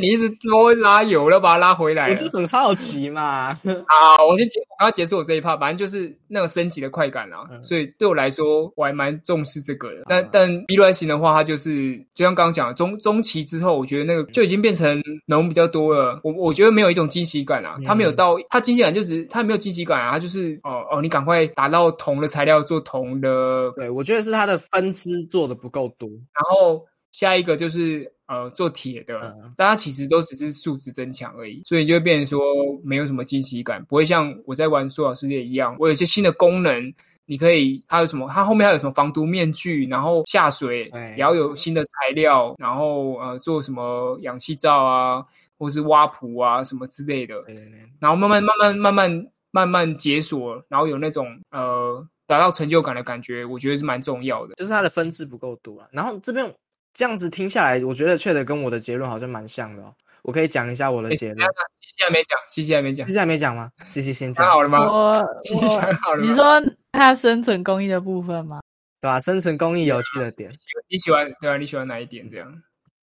Speaker 2: 你一直都拉油了，把它拉回来
Speaker 3: 我
Speaker 2: 了。
Speaker 3: 就很好奇嘛。
Speaker 2: 啊，我先结，我刚刚结束我这一趴，反正就是那个升级的快感啊，
Speaker 3: 嗯
Speaker 2: 所以对我来说我还蛮重视这个的。但
Speaker 3: 啊
Speaker 2: 但 B 乱型的话，它就是就像刚刚讲的，中中期之后，我觉得那个就已经变成浓比较多了。我我觉得没有一种惊喜感啊，
Speaker 3: 嗯
Speaker 2: 它没有到它惊喜感就只它没有惊喜感啊，它就是哦哦，你赶快达到铜的材料做铜的，
Speaker 3: 对，我觉得是它的分支做的不够多。
Speaker 2: 然后下一个就是呃做铁的，
Speaker 3: 嗯
Speaker 2: 大家其实都只是数值增强而已，所以就会变成说没有什么惊喜感，不会像我在玩《苏老世界》一样，我有一些新的功能，你可以它有什么，它后面还有什么防毒面具，然后下水
Speaker 3: 对
Speaker 2: 也要有新的材料，然后呃做什么氧气罩啊，或是挖蹼啊什么之类的，
Speaker 3: 对对对，
Speaker 2: 然后慢慢慢慢慢慢慢慢解锁，然后有那种呃达到成就感的感觉，我觉得是蛮重要的。
Speaker 3: 就是它的分支不够多啊。然后这边这样子听下来，我觉得确的跟我的结论好像蛮像的哦。我可以讲一下我的结论，
Speaker 2: 西西还没讲，西西还没讲
Speaker 3: 其，实还没讲吗？西西先
Speaker 2: 想
Speaker 3: 讲，
Speaker 2: 好了吗？
Speaker 1: 我
Speaker 2: 西西想好
Speaker 1: 我，
Speaker 2: 了吗
Speaker 1: 你说它生存工艺的部分吗？
Speaker 3: 对吧、生存公益游戏的点，
Speaker 2: 你喜欢对啊？你喜欢哪一点？这样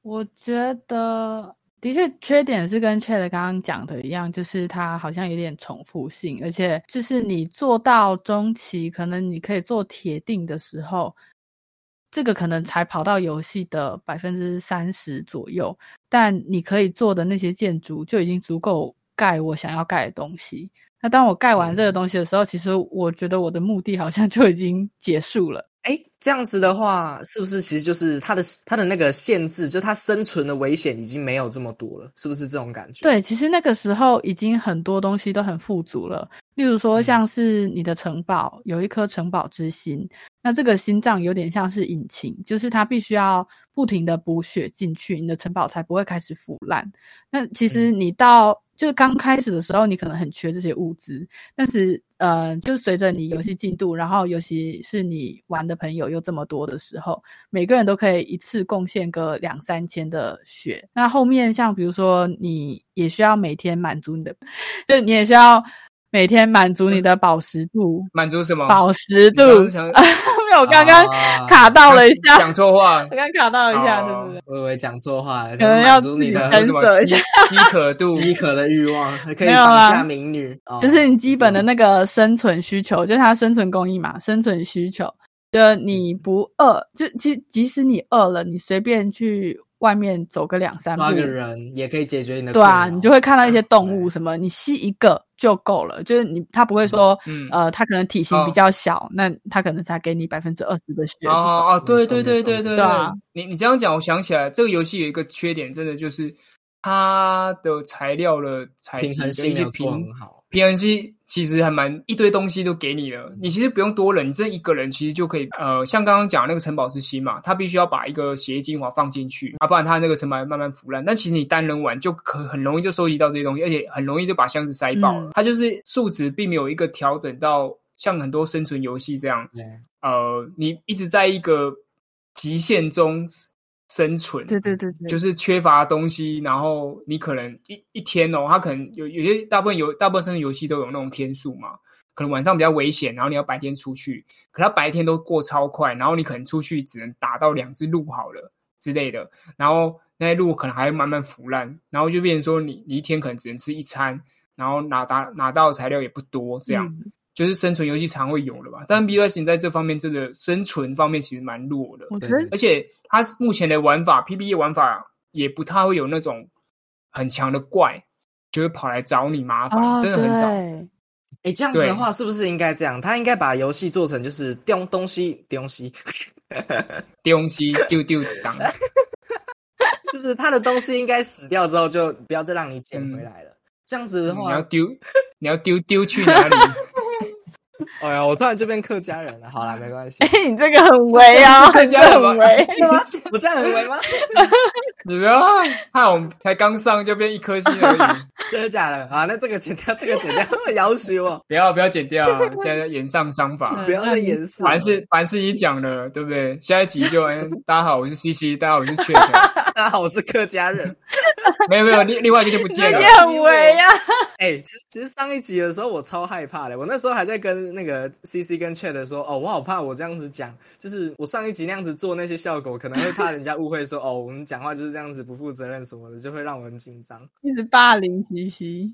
Speaker 1: 我觉得的确缺点是跟 Chat 刚刚讲的一样，就是它好像有点重复性，而且就是你做到中期，可能你可以做铁定的时候，这个可能才跑到游戏的百分之三十左右，但你可以做的那些建筑就已经足够盖我想要盖的东西。那当我盖完这个东西的时候，其实我觉得我的目的好像就已经结束了。
Speaker 3: 哎，这样子的话，是不是其实就是它的它的那个限制，就它生存的危险已经没有这么多了，是不是这种感觉？，
Speaker 1: 对，其实那个时候已经很多东西都很富足了，例如说像是你的城堡有一颗城堡之心，那这个心脏有点像是引擎，就是它必须要不停的补血进去，你的城堡才不会开始腐烂。那其实你到、就是刚开始的时候，你可能很缺这些物资，但是呃，就随着你游戏进度，然后尤其是你玩的朋友又这么多的时候，每个人都可以一次贡献个两三千的血。那后面像比如说，你也需要每天满足你的， 就你也需要每天满足你的饱食度，
Speaker 2: 满足什么？
Speaker 1: 饱食
Speaker 2: 嗯你
Speaker 1: 度。啊
Speaker 2: 刚刚 想
Speaker 1: 没有，我刚刚
Speaker 3: 啊
Speaker 1: 卡到了一下，
Speaker 2: 讲 错话
Speaker 1: 我，刚卡到了一下，
Speaker 2: 哦
Speaker 1: 对对对。
Speaker 3: 我以为讲错话了，
Speaker 1: 可能
Speaker 3: 想
Speaker 1: 要
Speaker 3: 满足你的
Speaker 1: 自
Speaker 2: 讲
Speaker 1: 己
Speaker 2: 什么
Speaker 1: 斟酌一
Speaker 2: 饥
Speaker 1: 下
Speaker 2: 饥渴 度，
Speaker 3: 饥渴的欲望，还可以
Speaker 1: 没有啦
Speaker 3: 绑架民女，哦
Speaker 1: 就是你基本的那个生存需求，就是它生存供应嘛，生存需求。就你不饿，就即即使你饿了，你随便去外面走个两三步
Speaker 3: 抓，个人也可以解决你的
Speaker 1: 对啊，
Speaker 3: 困扰
Speaker 1: 你就会看到一些动物
Speaker 3: 对
Speaker 1: 什么，你吸一个就够了，就是你它不会说，
Speaker 2: 嗯，
Speaker 1: 呃，它可能体型比较小，那它可能才给你百分之二十的血。
Speaker 2: 哦哦
Speaker 3: 嗯
Speaker 2: 哦，对对对对对
Speaker 1: 对啊
Speaker 2: 你你这样讲，我想起来，这个游戏有一个缺点，真的就是它的材料的采集
Speaker 3: 平衡
Speaker 2: 跟一
Speaker 3: 性没
Speaker 2: 些
Speaker 3: 有啊做
Speaker 2: 平
Speaker 3: 很好。
Speaker 2: 平衡性，其实还蛮一堆东西都给你了，你其实不用多人，你这一个人其实就可以，呃，像刚刚讲的那个城堡之心嘛，他必须要把一个血液精华放进去，啊，不然他那个城堡会慢慢腐烂。但其实你单人玩就可很容易就收集到这些东西，而且很容易就把箱子塞爆了。
Speaker 1: 嗯
Speaker 2: 它就是数值并没有一个调整到像很多生存游戏这样。
Speaker 3: 对，
Speaker 2: 呃，你一直在一个极限中生存，
Speaker 1: 对对对对，
Speaker 2: 就是缺乏东西，然后你可能一一天哦，它可能有有些大部分游大部分生存游戏都有那种天数嘛，可能晚上比较危险，然后你要白天出去，可它白天都过超快，然后你可能出去只能打到两只鹿好了之类的，然后那些鹿可能还会慢慢腐烂，然后就变成说你你一天可能只能吃一餐，然后拿拿拿到的材料也不多，这样、
Speaker 1: 嗯
Speaker 2: 就是生存游戏常会有的吧。但 B 二型在这方面真的生存方面其实蛮弱的，
Speaker 1: 我觉得
Speaker 3: 对对
Speaker 2: 而且它目前的玩法 PBE 玩法也不太会有那种很强的怪，就会跑来找你麻烦，
Speaker 1: 啊，
Speaker 2: 真的很少。
Speaker 1: 对
Speaker 3: 哎，这样子
Speaker 2: 对
Speaker 3: 的话，是不是应该这样？他应该把游戏做成就是丢东西，丢东西，
Speaker 2: 丢东西丢丢挡，
Speaker 3: 就是他的东西应该死掉之后，就不要再让你捡回来了。这样子的
Speaker 2: 嗯你
Speaker 3: 话
Speaker 2: 要，丢，你要丢丢去哪里？
Speaker 3: 哎呀，我突然就变客家人了。好啦，没关 系。
Speaker 1: 哎， 你这个很违啊，
Speaker 2: 这
Speaker 1: 你
Speaker 2: 这
Speaker 1: 这
Speaker 2: 这
Speaker 1: 个很违。
Speaker 3: 真的吗？我这样很为吗？
Speaker 2: 你不要害我们才刚上就变一颗星而已，
Speaker 3: 真的假的？啊，那这个剪掉，这个剪掉， 要许我，
Speaker 2: 不要不要剪掉、啊，现在演上商法。
Speaker 1: 对
Speaker 3: 不要再演示。
Speaker 2: 凡是凡是你讲了，对不对？下一集就哎，大家好，我是 CC，大家好，我是 Check。
Speaker 3: 大家好，我是客家人。
Speaker 2: 没有没有，另另外一个就不见
Speaker 1: 你
Speaker 2: 了
Speaker 1: 也。很违啊！
Speaker 3: 哎、其实其实上一集的时候我超害怕的，我那时候还在跟那个 CC 跟 Chat 说，哦，我好怕我这样子讲，就是我上一集那样子做那些效果，可能会怕人家误会说，哦，我们讲话就是这样子不负责任什么的，就会让我很紧张。
Speaker 1: 一直霸凌西西，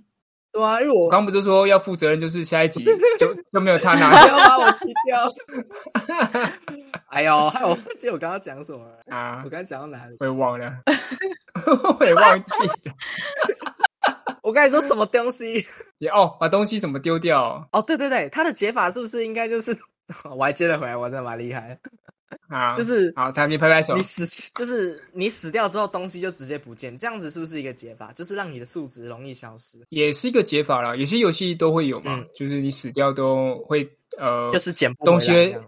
Speaker 3: 对啊，因为
Speaker 2: 我
Speaker 3: 我
Speaker 2: 刚不是说要负责任，就是下一集就就没有他拿
Speaker 3: 不要把我踢掉。哎呦，害我忘记我刚刚讲什么了，
Speaker 2: 啊
Speaker 3: 我，刚刚讲到哪里？
Speaker 2: 我也忘了， 我也忘记了。
Speaker 3: 我刚才说什么东西？
Speaker 2: 也哦，把东西怎么丢掉哦
Speaker 3: 哦，对对对，它的解法是不是应该就是？ 我还接了回来，我真的蛮厉害，
Speaker 2: 啊？
Speaker 3: 就是
Speaker 2: 好，他给你拍拍手
Speaker 3: 你。死 就是你死掉之后东西就直接不见，这样子是不是一个解法？就是让你的数值容易消失，
Speaker 2: 也是一个解法啦，有些游戏都会有嘛，
Speaker 3: 嗯
Speaker 2: 就是你死掉都会呃，
Speaker 3: 就是捡不回来
Speaker 2: 东西
Speaker 3: 这样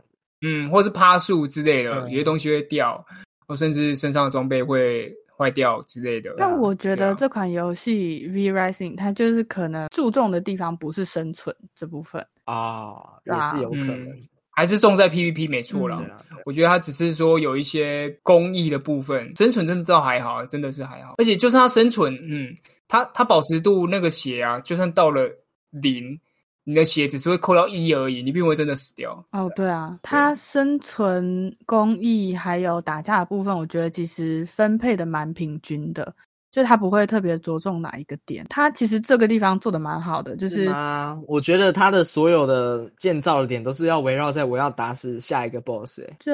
Speaker 2: 嗯，或是趴树之类的，
Speaker 3: 嗯
Speaker 2: 有些东西会掉，或甚至身上的装备会坏掉之类的。
Speaker 1: 但我觉
Speaker 2: 对
Speaker 1: 得
Speaker 2: 啊
Speaker 1: 这款游戏《V Rising》它就是可能注重的地方不是生存这部分，
Speaker 3: 啊，
Speaker 1: 对啊
Speaker 3: 也是有可能。
Speaker 2: 嗯还是重在 PVP 没错啦。
Speaker 1: 嗯
Speaker 3: 对啦
Speaker 2: 我觉得它只是说有一些工艺的部分，生存真的倒还好，真的是还好。而且就算它生存，嗯，它它保持度那个血啊，就算到了零，你的血只是会扣到一而已，你并不会真的死掉。
Speaker 1: 哦，对啊，它生存、工艺还有打架的部分，我觉得其实分配的蛮平均的，就它不会特别着重哪一个点。它其实这个地方做的蛮好的，就是是
Speaker 3: 吗？我觉得他的所有的建造的点都是要围绕在我要打死下一个 boss、欸。
Speaker 1: 就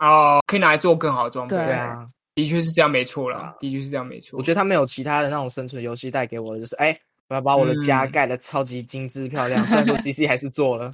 Speaker 2: 哦，可以拿来做更好的装备。
Speaker 1: 对
Speaker 3: 对啊，
Speaker 2: 的确是这样，没错啦，的确是这样，没错。
Speaker 3: 我觉得它没有其他的那种生存游戏带给我的，就是哎、我要把我的家盖得超级精致漂亮。虽然说 CC 还是做 了，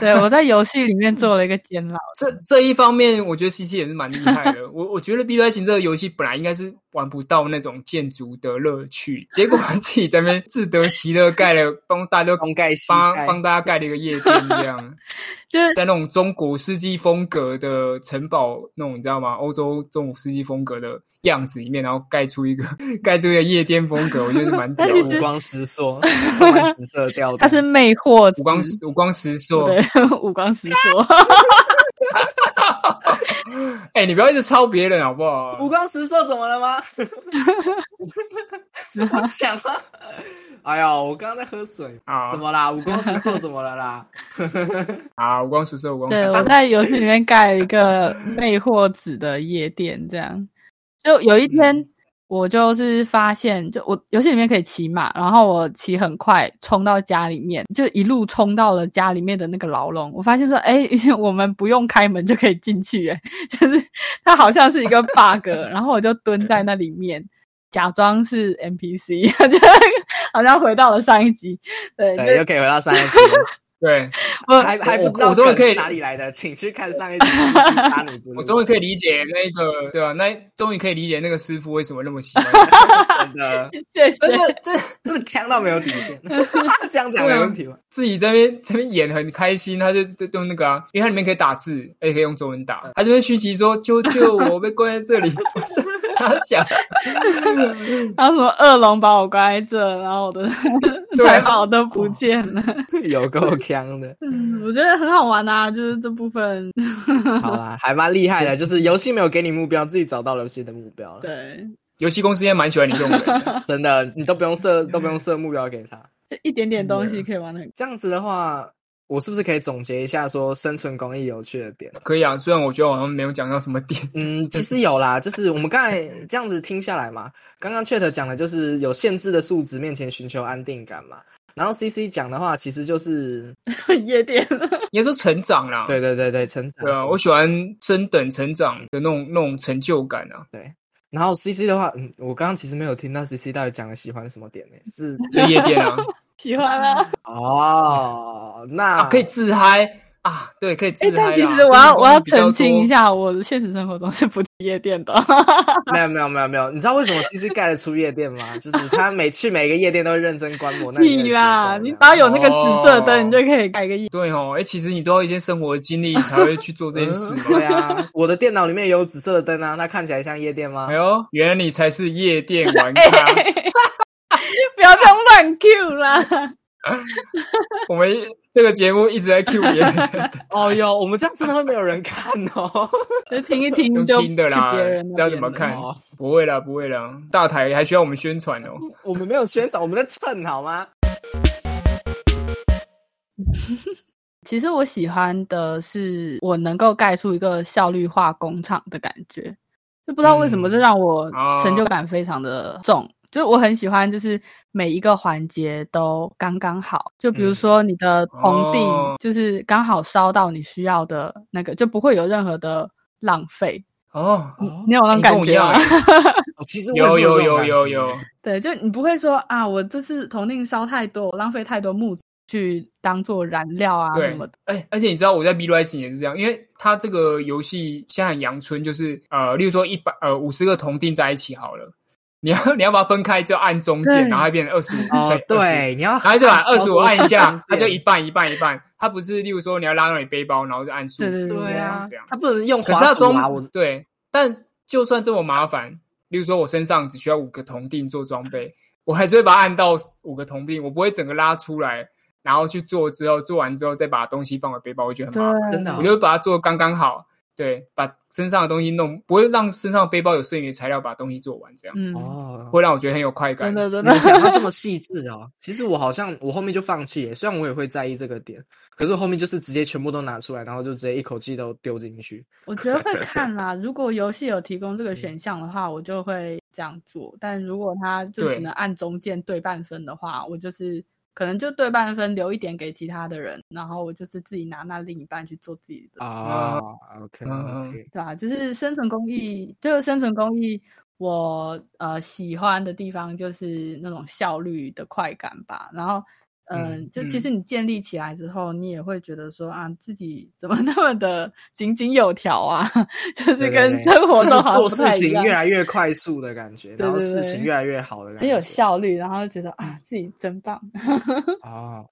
Speaker 1: 对我在游戏里面做了一个监牢，
Speaker 2: 这这一方面，我觉得 CC 也是蛮厉害的。我我觉得《B 端型》这个游戏本来应该是玩不到那种建筑的乐趣，结果他自己在那边自得其乐，盖了帮大家
Speaker 3: 东盖西
Speaker 2: 帮
Speaker 3: 盖，
Speaker 2: 帮大家盖了一个夜店一样，
Speaker 1: 就是
Speaker 2: 在那种中古世纪风格的城堡那种，你知道吗？欧洲中古世纪风格的样子里面，然后盖出一个盖出一个夜店风格，我觉得是蛮屌
Speaker 1: 但其
Speaker 3: 五
Speaker 1: 实
Speaker 2: 的。
Speaker 3: 光十硕，充满紫色调动。
Speaker 1: 它是魅惑
Speaker 2: 五光十五光十
Speaker 1: 嗯不
Speaker 2: 色，
Speaker 1: 对， 五光十色。
Speaker 2: 哎、你不要一直抄别人好不好？
Speaker 3: 五光十色怎么了 吗？我 讲吗？哎呀，我刚刚在喝水
Speaker 2: 啊，
Speaker 3: 什么啦？五光十色怎么了啦？
Speaker 2: 啊，五光十色，五光十
Speaker 1: 对，
Speaker 2: 色。
Speaker 1: 我在游戏里面盖了一个魅惑子的夜店，这样。就有一天，我就是发现，就我游戏里面可以骑马，然后我骑很快，冲到家里面，就一路冲到了家里面的那个牢笼。我发现说，哎、 我们不用开门就可以进去，哎，就是它好像是一个 bug，然后我就蹲在那里面。假装是 NPC，就 好像回到了上一集， 对，就
Speaker 3: 对，哎又可以回到上一集 了，
Speaker 2: 对，
Speaker 1: 我
Speaker 3: 还还不知
Speaker 2: 我
Speaker 3: 道
Speaker 2: 终于
Speaker 3: 梗
Speaker 2: 可以
Speaker 3: 是哪里来的，请去看上一集《打 你之路
Speaker 2: 我终于可以理解那个，对吧、啊那终于可以理解那个师傅为什么那么喜欢 你，
Speaker 3: 真的
Speaker 1: 谢谢
Speaker 2: 真。的，真的
Speaker 3: 真的呛到没有底 线，这样讲没问题吗？
Speaker 2: 自己在那边这边演很开心，他就就就用那个啊，因为它里面可以打字，而且可以用中文打，他就会虚极说：“救救我，被关在这里。” 我说傻想，
Speaker 1: 然后什么恶龙把我关在这，然后我的
Speaker 2: 对
Speaker 1: 财
Speaker 2: 啊
Speaker 1: 宝都不见了。
Speaker 3: 有够呛 的，
Speaker 1: 嗯，我觉得很好玩啊，就是这部分，
Speaker 3: 好啦，还蛮厉害的，就是游戏没有给你目标，自己找到了新的目标了，
Speaker 1: 对，
Speaker 2: 游戏公司应该蛮喜欢你这种人 的。
Speaker 3: 真的，你都不用设，都不用设目标给他。
Speaker 1: 就一点点东
Speaker 2: 啊
Speaker 1: 西可以玩的很。
Speaker 3: 这样子的话，我是不是可以总结一下说生存公益有趣的点？
Speaker 2: 可以啊，虽然我觉得我好像没有讲到什么点，
Speaker 3: 嗯，其实有啦，就是我们刚才这样子听下来嘛，刚刚 Chat 讲的就是有限制的数值面前寻求安定感嘛，然后 CC 讲的话其实就是，
Speaker 1: 夜店，
Speaker 2: 应该说成长啦。
Speaker 3: 对对对对，成长。
Speaker 2: 对啊，我喜欢升等成长的那种那种成就感啊。
Speaker 3: 然后 CC 的话，嗯，我刚刚其实没有听到 CC 到底讲了喜欢什么点呢、是
Speaker 2: 就夜店 啊，
Speaker 1: 喜欢
Speaker 2: 嗯
Speaker 1: 啊！
Speaker 3: 哦，那、
Speaker 2: 啊可以自嗨啊，对，可以自
Speaker 1: 哎、
Speaker 2: 嗨啦。
Speaker 1: 但其实我要我要
Speaker 2: 这种
Speaker 1: 澄
Speaker 2: 东西比较多
Speaker 1: 清一，下，我的现实生活中是不去夜店的。
Speaker 3: 没有没有没有没有，你知道为什么 CC 盖得出夜店吗？就是他每去每个夜店都会认真观 摩那里
Speaker 1: 你
Speaker 3: 的啊
Speaker 1: 啦，
Speaker 3: 景色
Speaker 1: 你只要有那个紫色
Speaker 2: 哦
Speaker 1: 灯，你就可以盖一个夜。
Speaker 2: 对哦，哎、其实你都要一些生活的经历，你才会去做这件事
Speaker 3: 嗯
Speaker 2: 嘛。
Speaker 3: 对啊，我的电脑里面有紫色的灯啊，那看起来像夜店吗
Speaker 2: 哎？呦，原来你才是夜店 玩咖！
Speaker 1: 不要这样乱 Q 啦！
Speaker 2: 我们这个节目一直在 Q 别人，
Speaker 3: 哦哟，我们这样真的会没有人看哦。
Speaker 1: 就听一听
Speaker 2: 用
Speaker 1: 就
Speaker 2: 听的啦
Speaker 1: 去别人那
Speaker 2: 这要
Speaker 1: 边
Speaker 2: 怎么
Speaker 1: 了
Speaker 2: 看
Speaker 3: 哦，
Speaker 2: 不会啦，不会啦，大台还需要我们宣传哦。
Speaker 3: 我们没有宣传，我们在蹭好吗？
Speaker 1: 其实我喜欢的是，我能够盖出一个效率化工厂的感觉，就不知道为什么
Speaker 3: 嗯
Speaker 1: 这让我
Speaker 2: 啊
Speaker 1: 成就感非常的重。就是我很喜欢，就是每一个环节都刚刚好。就比如
Speaker 3: 嗯
Speaker 1: 说你的铜锭
Speaker 2: 哦，
Speaker 1: 就是刚好烧到你需要的那个，就不会有任何的浪费。
Speaker 2: 哦，
Speaker 1: 你有那种
Speaker 2: 哎跟
Speaker 1: 感
Speaker 2: 我一
Speaker 1: 觉
Speaker 2: 样
Speaker 1: 吗？
Speaker 2: 哎
Speaker 3: 哦其实我也
Speaker 2: 啊有
Speaker 3: 没
Speaker 2: 有
Speaker 3: 这种
Speaker 2: 有
Speaker 3: 感觉
Speaker 2: 有有，
Speaker 1: 对，就你不会说啊，我这次铜锭烧太多，我浪费太多木子去当做燃料啊
Speaker 2: 对
Speaker 1: 什么的。
Speaker 2: 哎、而且你知道我在 B Y 型也是这样，因为它这个游戏现在很阳春，就是呃，例如说一百呃五十个铜锭在一起好了，你要 你要把它分开，就按中间，
Speaker 1: 对
Speaker 2: 然后它变成二十五，
Speaker 3: 哦，对，你要
Speaker 2: 然后就把
Speaker 3: 超
Speaker 2: 二十五
Speaker 3: 多
Speaker 2: 按一下
Speaker 3: 中，
Speaker 2: 它就
Speaker 3: 间
Speaker 2: 一半一半一半。它不是，例如说你要拉到你背包，然后就按数字，
Speaker 1: 对
Speaker 3: 对啊
Speaker 2: 这样，。
Speaker 3: 他不能用
Speaker 2: 可是
Speaker 3: 滑
Speaker 2: 它
Speaker 3: 鼠
Speaker 2: 中
Speaker 3: 啊，我
Speaker 2: 对，但就算这么麻烦，例如说我身上只需要五个铜锭做装备，我还是会把它按到五个铜锭，我不会整个拉出来，然后去做之后，做完之后再把东西放回背包，我觉得很麻烦。
Speaker 3: 真的
Speaker 2: 我就会把它做得刚刚好，对，把身上的东西弄，不会让身上的背包有剩余的材料把东西做完，这样
Speaker 1: 嗯，
Speaker 3: 哦。
Speaker 2: 会让我觉得很有快感
Speaker 1: 真。的真
Speaker 3: 你
Speaker 1: 的
Speaker 3: 们。讲到这么细致哦，其实我好像我后面就放弃了，虽然我也会在意这个点，可是我后面就是直接全部都拿出来，然后就直接一口气都丢进去。
Speaker 1: 我觉得会看啦，如果游戏有提供这个选项的话，我就会这样做。但如果它就
Speaker 2: 对
Speaker 1: 只能按中间对半分的话，我就是可能就对半分留一点给其他的人，然后我就是自己拿那另一半去做自己的，
Speaker 3: 啊，OK
Speaker 2: 嗯
Speaker 3: OK，
Speaker 1: 对吧、就是生存工艺，这个生存工艺我呃喜欢的地方就是那种效率的快感吧，然后。嗯
Speaker 3: 嗯，
Speaker 1: 就其
Speaker 2: 嗯
Speaker 1: 实你建立起来之后，你也会觉得说啊，自己怎么那么的井井有条啊？ 就是
Speaker 3: 对对
Speaker 1: 跟
Speaker 3: 对
Speaker 1: 生活
Speaker 3: 就是
Speaker 1: 中好像
Speaker 3: 做
Speaker 1: 不
Speaker 3: 事
Speaker 1: 太一
Speaker 3: 情
Speaker 1: 样
Speaker 3: 越来越快速的感觉，
Speaker 1: 对
Speaker 3: 然后
Speaker 1: 对
Speaker 3: 事
Speaker 1: 对
Speaker 3: 情越来越好的感觉，
Speaker 1: 很有效率，然后就觉得啊，自己真棒。
Speaker 3: 啊。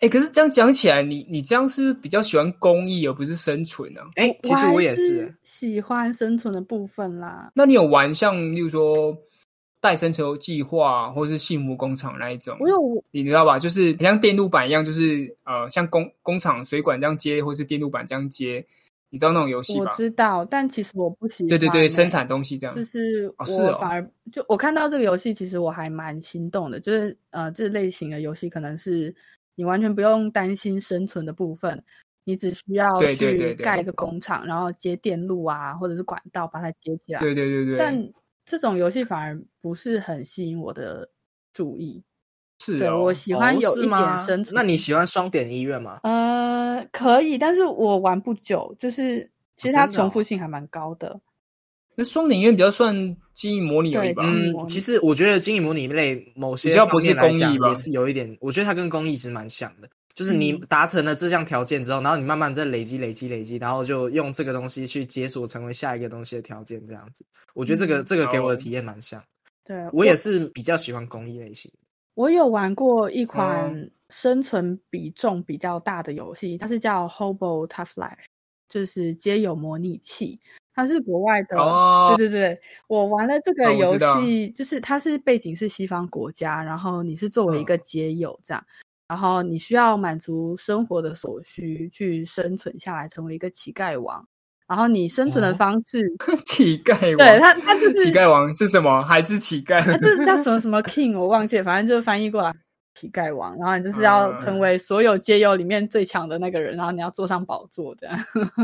Speaker 2: 哎、可是这样讲起来，你你这样是比较喜欢公益而不是生存啊？
Speaker 3: 哎，其实
Speaker 1: 还
Speaker 3: 我也
Speaker 1: 是
Speaker 3: 是，
Speaker 1: 喜欢生存的部分啦。
Speaker 2: 那你有玩像例如说带生球计划或是幸福工厂那一
Speaker 3: 嗯
Speaker 2: 种？
Speaker 1: 我有
Speaker 2: 你知道吧？就是很像电路板一样，就是呃，像工工厂水管这样接，或是电路板这样接，你知道那种游戏
Speaker 1: 我
Speaker 2: 吧？
Speaker 1: 知道，但其实我不喜欢、
Speaker 2: 对对
Speaker 1: 欸
Speaker 2: 对，生产东西这样。
Speaker 1: 就是
Speaker 2: 哦
Speaker 1: 我
Speaker 2: 是哦
Speaker 1: 反而、就我看到这个游戏，其实我还蛮心动的。就是呃，这类型的游戏可能是你完全不用担心生存的部分，你只需要
Speaker 2: 对对
Speaker 1: 去
Speaker 2: 对对
Speaker 1: 盖一个工厂，然后接电路啊，或者是管道把它接起来。
Speaker 2: 对对对对，
Speaker 1: 但这种游戏反而不是很吸引我的注意。
Speaker 2: 是
Speaker 1: 对
Speaker 2: 哦，
Speaker 1: 我喜欢
Speaker 3: 哦
Speaker 1: 有
Speaker 3: 是
Speaker 1: 一点
Speaker 3: 吗
Speaker 1: 生存。
Speaker 3: 那你喜欢双点医院吗？
Speaker 1: 呃，可以，但是我玩不久，就是其实它
Speaker 3: 真的哦
Speaker 1: 重复性还蛮高的。
Speaker 2: 那双点院比较算记忆模拟而已
Speaker 1: 对
Speaker 2: 吧？
Speaker 1: 嗯
Speaker 3: 嗯，其实我觉得经营模拟类某些
Speaker 2: 比较
Speaker 3: 方
Speaker 2: 不是
Speaker 3: 面来
Speaker 2: 公益
Speaker 3: 讲
Speaker 2: 吧
Speaker 3: 也是有一点，我觉得它跟公益其实蛮像的，就是你
Speaker 1: 嗯
Speaker 3: 达成了这项条件之后，然后你慢慢再累积、累积、累积，然后就用这个东西去解锁成为下一个东西的条件，这样子。我觉得这个、
Speaker 1: 嗯
Speaker 3: 这个给我的
Speaker 2: 哦
Speaker 3: 体验蛮像，
Speaker 1: 对
Speaker 3: 我也是比较喜欢公益类型。
Speaker 1: 我有玩过一款
Speaker 2: 嗯
Speaker 1: 生存比重比较大的游戏，它是叫 Hobo Tough Life，就是街友模拟器。它是国外的，
Speaker 2: 哦
Speaker 1: 对啊对对，我玩了这个
Speaker 2: 哦我
Speaker 1: 游
Speaker 2: 知道
Speaker 1: 戏，就是它是背景是西方国家，然后你是作为一个
Speaker 2: 嗯
Speaker 1: 街友这样，然后你需要满足生活的所需去生存下来，成为一个乞丐王。然后你生存的
Speaker 3: 哦
Speaker 1: 方式，
Speaker 2: 乞丐王，
Speaker 1: 对它它就是
Speaker 2: 乞丐王是什么？还是乞丐？
Speaker 1: 啊，这叫什么什么 king，我忘记了，反正就是翻译过来乞丐王。然后你就是要成为所有街友里面最强的那个人，然后你要坐上宝座这样。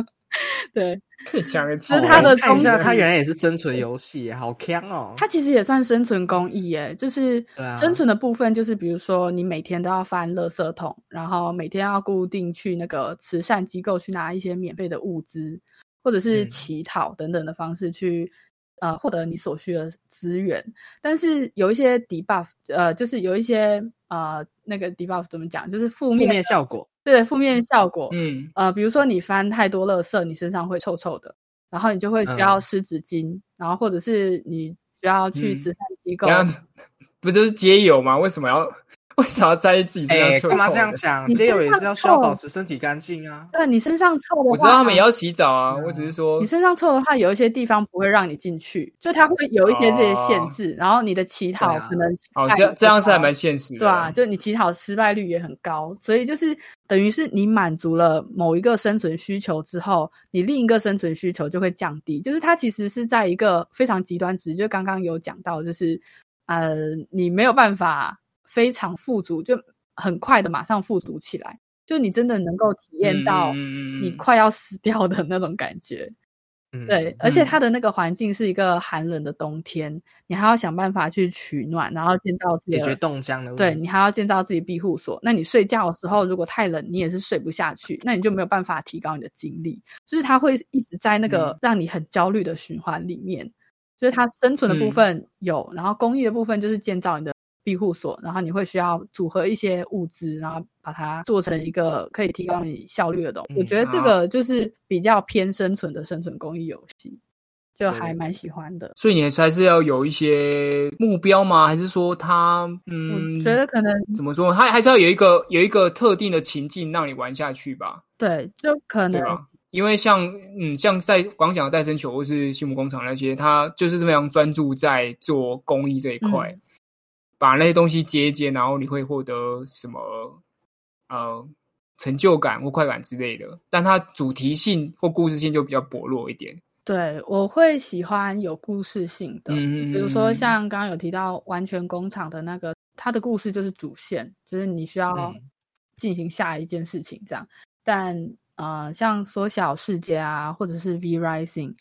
Speaker 1: 对，
Speaker 2: 最强的乞
Speaker 1: 这
Speaker 2: 丐。
Speaker 1: 是它的
Speaker 3: 哦看一下，
Speaker 1: 宗旨
Speaker 3: 它原来也是生存游戏耶，好强哦！
Speaker 1: 它其实也算生存公益耶，就是
Speaker 3: 对啊
Speaker 1: 生存的部分，就是比如说你每天都要翻垃圾桶，然后每天要固定去那个慈善机构去拿一些免费的物资，或者是
Speaker 3: 嗯
Speaker 1: 乞讨等等的方式去。呃，获得你所需的资源，但是有一些 debuff，呃，就是有一些呃，那个 debuff 怎么讲，就是负
Speaker 3: 负
Speaker 1: 面
Speaker 3: 面效果
Speaker 1: 对负面效果，
Speaker 2: 嗯，
Speaker 1: 呃，比如说你翻太多垃圾，你身上会臭臭的，然后你就会需要
Speaker 3: 嗯
Speaker 1: 湿纸巾，然后或者是你需要去
Speaker 2: 嗯
Speaker 1: 慈善机构。
Speaker 2: 然后 不就是街友吗？为什么要 为什么要在意自己身上
Speaker 3: 哎，
Speaker 2: 臭
Speaker 3: 干嘛
Speaker 2: 臭
Speaker 3: 这样
Speaker 2: 的
Speaker 3: 想？
Speaker 1: 你
Speaker 3: 街友
Speaker 1: 身
Speaker 3: 也
Speaker 1: 上
Speaker 3: 是要需要
Speaker 1: 臭
Speaker 3: 保持身体干净啊。
Speaker 1: 对你身上臭的话，
Speaker 2: 我知道他们也要洗澡啊，我只是说
Speaker 1: 嗯你身上臭的话，有一些地方不会让你进去，就它会有一些这些限
Speaker 2: 哦
Speaker 1: 制，然后你的乞讨
Speaker 3: 啊
Speaker 1: 可能失
Speaker 2: 哦，
Speaker 1: 败
Speaker 2: 这样
Speaker 1: 率
Speaker 2: 这样
Speaker 1: 就
Speaker 2: 是还
Speaker 1: 高
Speaker 2: 蛮现实的。
Speaker 1: 对啊，就你乞讨失败率也很高，所以就是等于是你满足了某一个生存需求之后，你另一个生存需求就会降低。就是它其实是在一个非常极端值，就刚刚有讲到，就是呃，你没有办法非常富足，就很快的马上富足起来，就你真的能够体验到
Speaker 2: 嗯嗯嗯嗯
Speaker 1: 你快要死掉的那种感觉。
Speaker 3: 嗯，
Speaker 1: 对，而且它的那个环境是一个寒冷的冬天，你还要想办法去取暖，然后建造自己
Speaker 3: 解
Speaker 1: 的
Speaker 3: 决冻僵的问题。
Speaker 2: 嗯
Speaker 1: 对你还要建造自己庇护所。那你睡觉的时候，如果太冷，你也是睡不下去，那你就没有办法提高你的精力。就是它会一直在那
Speaker 2: 嗯
Speaker 1: 个让你很焦虑的循环里面。就是它生存的部
Speaker 2: 嗯
Speaker 1: 分有，然后公益的部分就是建造你的庇护所，然后你会需要组合一些物资，然后把它做成一个可以提高你效率的东西。我
Speaker 3: 嗯
Speaker 1: 觉得这
Speaker 2: 好
Speaker 1: 个就是比较偏生存的生存公益游戏，就
Speaker 3: 对
Speaker 1: 还
Speaker 3: 对
Speaker 1: 蛮喜欢的。
Speaker 2: 所以你还是要有一些目标吗？还是说他嗯，
Speaker 1: 我觉得可能
Speaker 2: 怎么说，他还是要有一个有一个特定的情境让你玩下去吧，
Speaker 1: 对，就可
Speaker 2: 对
Speaker 1: 能
Speaker 2: 吧？因为像嗯，像在广讲的戴森球或是幸福工厂那些，他就是非常专注在做公益这一块，
Speaker 1: 嗯
Speaker 2: 把那些东西接一接，然后你会获得什么呃成就感或快感之类的。但它主题性或故事性就比较薄弱一点。
Speaker 1: 对，我会喜欢有故事性的，
Speaker 2: 嗯，
Speaker 1: 比如说像刚刚有提到《完全工厂》的那个，它的故事就是主线，就是你需要
Speaker 3: 嗯
Speaker 1: 进行下一件事情这样。但呃，像缩小世界啊，或者是 V Rising，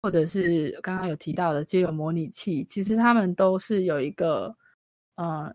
Speaker 1: 或者是刚刚有提到的街友模拟器，其实他们都是有一个呃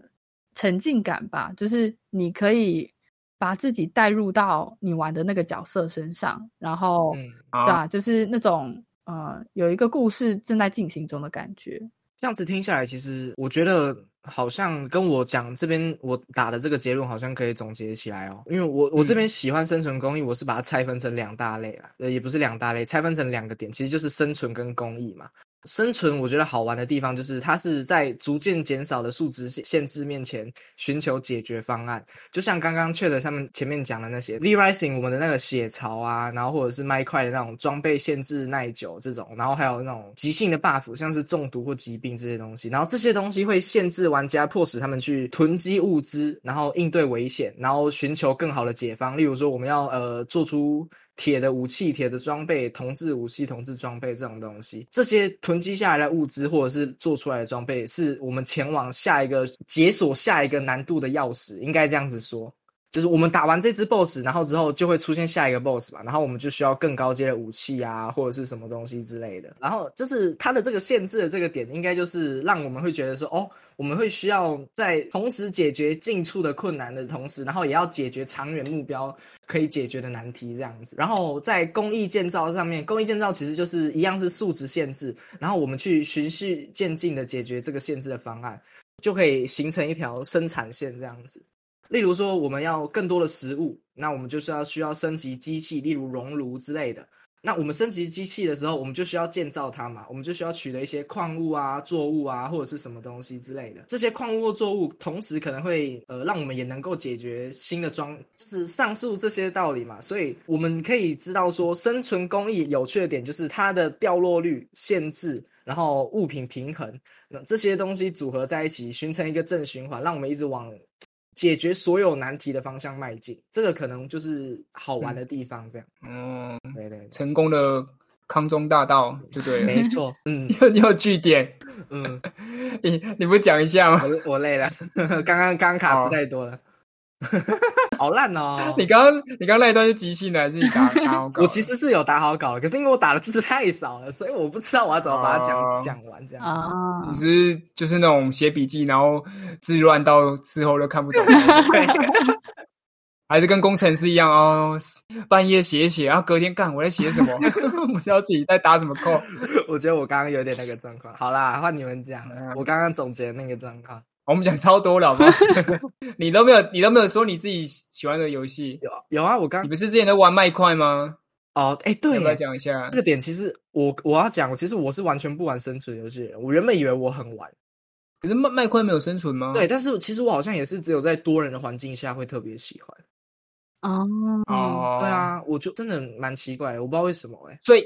Speaker 1: 沉浸感吧，就是你可以把自己带入到你玩的那个角色身上，然后、
Speaker 3: 嗯
Speaker 1: 对
Speaker 2: 啊，
Speaker 1: 吧？就是那种呃，有一个故事正在进行中的感觉。
Speaker 3: 这样子听下来，其实我觉得好像跟我讲这边我打的这个结论，好像可以总结起来哦。因为我我这边喜欢生存公益，我是把它拆分成两大类啦，呃，也不是两大类，拆分成两个点，其实就是生存跟公益嘛。生存我觉得好玩的地方就是，它是在逐渐减少的数值限制面前寻求解决方案。就像刚刚 c h 他们前面讲的那些 V Rising 我们的那个血槽啊，然后或者是麦块的那种装备限制耐久这种，然后还有那种急性的 buff，像是中毒或疾病这些东西，然后这些东西会限制玩家，迫使他们去囤积物资，然后应对危险，然后寻求更好的解方。例如说，我们要呃做出铁的武器、铁的装备、铜制武器、铜制装备这种东西，这些囤积下来的物资或者是做出来的装备，是我们前往下一个解锁下一个难度的钥匙，应该这样子说。就是我们打完这只 boss，然后之后就会出现下一个 boss 嘛，然后我们就需要更高阶的武器啊，或者是什么东西之类的。然后就是它的这个限制的这个点，应该就是让我们会觉得说，哦，我们会需要在同时解决近处的困难的同时，然后也要解决长远目标可以解决的难题这样子。然后在工艺建造上面，工艺建造其实就是一样是数值限制，然后我们去循序渐进的解决这个限制的方案，就可以形成一条生产线这样子。例如说，我们要更多的食物，那我们就是要需要升级机器，例如熔炉之类的。那我们升级机器的时候，我们就需要建造它嘛，我们就需要取得一些矿物啊、作物啊，或者是什么东西之类的。这些矿物或作物，同时可能会呃，让我们也能够解决新的装，就是上述这些道理嘛。所以我们可以知道说，生存工艺有趣的点就是它的掉落率限制，然后物品平衡，那这些东西组合在一起，形成一个正循环，让我们一直往解决所有难题的方向迈进。这个可能就是好玩的地方，这样。
Speaker 2: 嗯，
Speaker 3: 对对对，
Speaker 2: 成功的康庄大道，对不对了？
Speaker 3: 没 错。嗯
Speaker 2: 你有你有据点，
Speaker 3: 嗯，
Speaker 2: 你你不讲一下吗？
Speaker 3: 我我累了， 刚刚刚卡吃太多了， 好烂哦。
Speaker 2: 你刚刚你刚刚那一段是即兴的还是你打打好稿的？
Speaker 3: 我其实是有打好稿了，可是因为我打的字太少了，所以我不知道我要怎么把它讲、
Speaker 2: 哦
Speaker 3: 讲完这样。
Speaker 1: 啊，
Speaker 2: 你是就是那种写笔记，然后自乱到事后都看不懂，
Speaker 3: 对，
Speaker 2: 还是跟工程师一样哦，半夜写一写，然后隔天干我在写什么， 不知道自己在打什么扣。
Speaker 3: 我觉得我刚刚有点那个状况。好啦，换你们讲了
Speaker 2: 嗯。
Speaker 3: 我刚刚总结那个状况，
Speaker 2: 我们讲超多了，好不好？ 你都没有你都没有说你自己喜欢的游戏，
Speaker 3: 有有啊，我刚
Speaker 2: 你不是之前都玩麦块吗？
Speaker 3: 哦，哎、对
Speaker 2: 要不要
Speaker 3: 耶，
Speaker 2: 讲一下
Speaker 3: 这？个点其实我我要讲，其实我是完全不玩生存游戏的人。我原本以为我很玩，
Speaker 2: 可是麦麦块没有生存吗？
Speaker 3: 对，，但是其实我好像也是只有在多人的环境下会特别喜欢。
Speaker 1: 哦，
Speaker 2: 哦，
Speaker 3: 对，啊，我就真的蛮奇怪的，我不知道为什么哎、
Speaker 2: 所以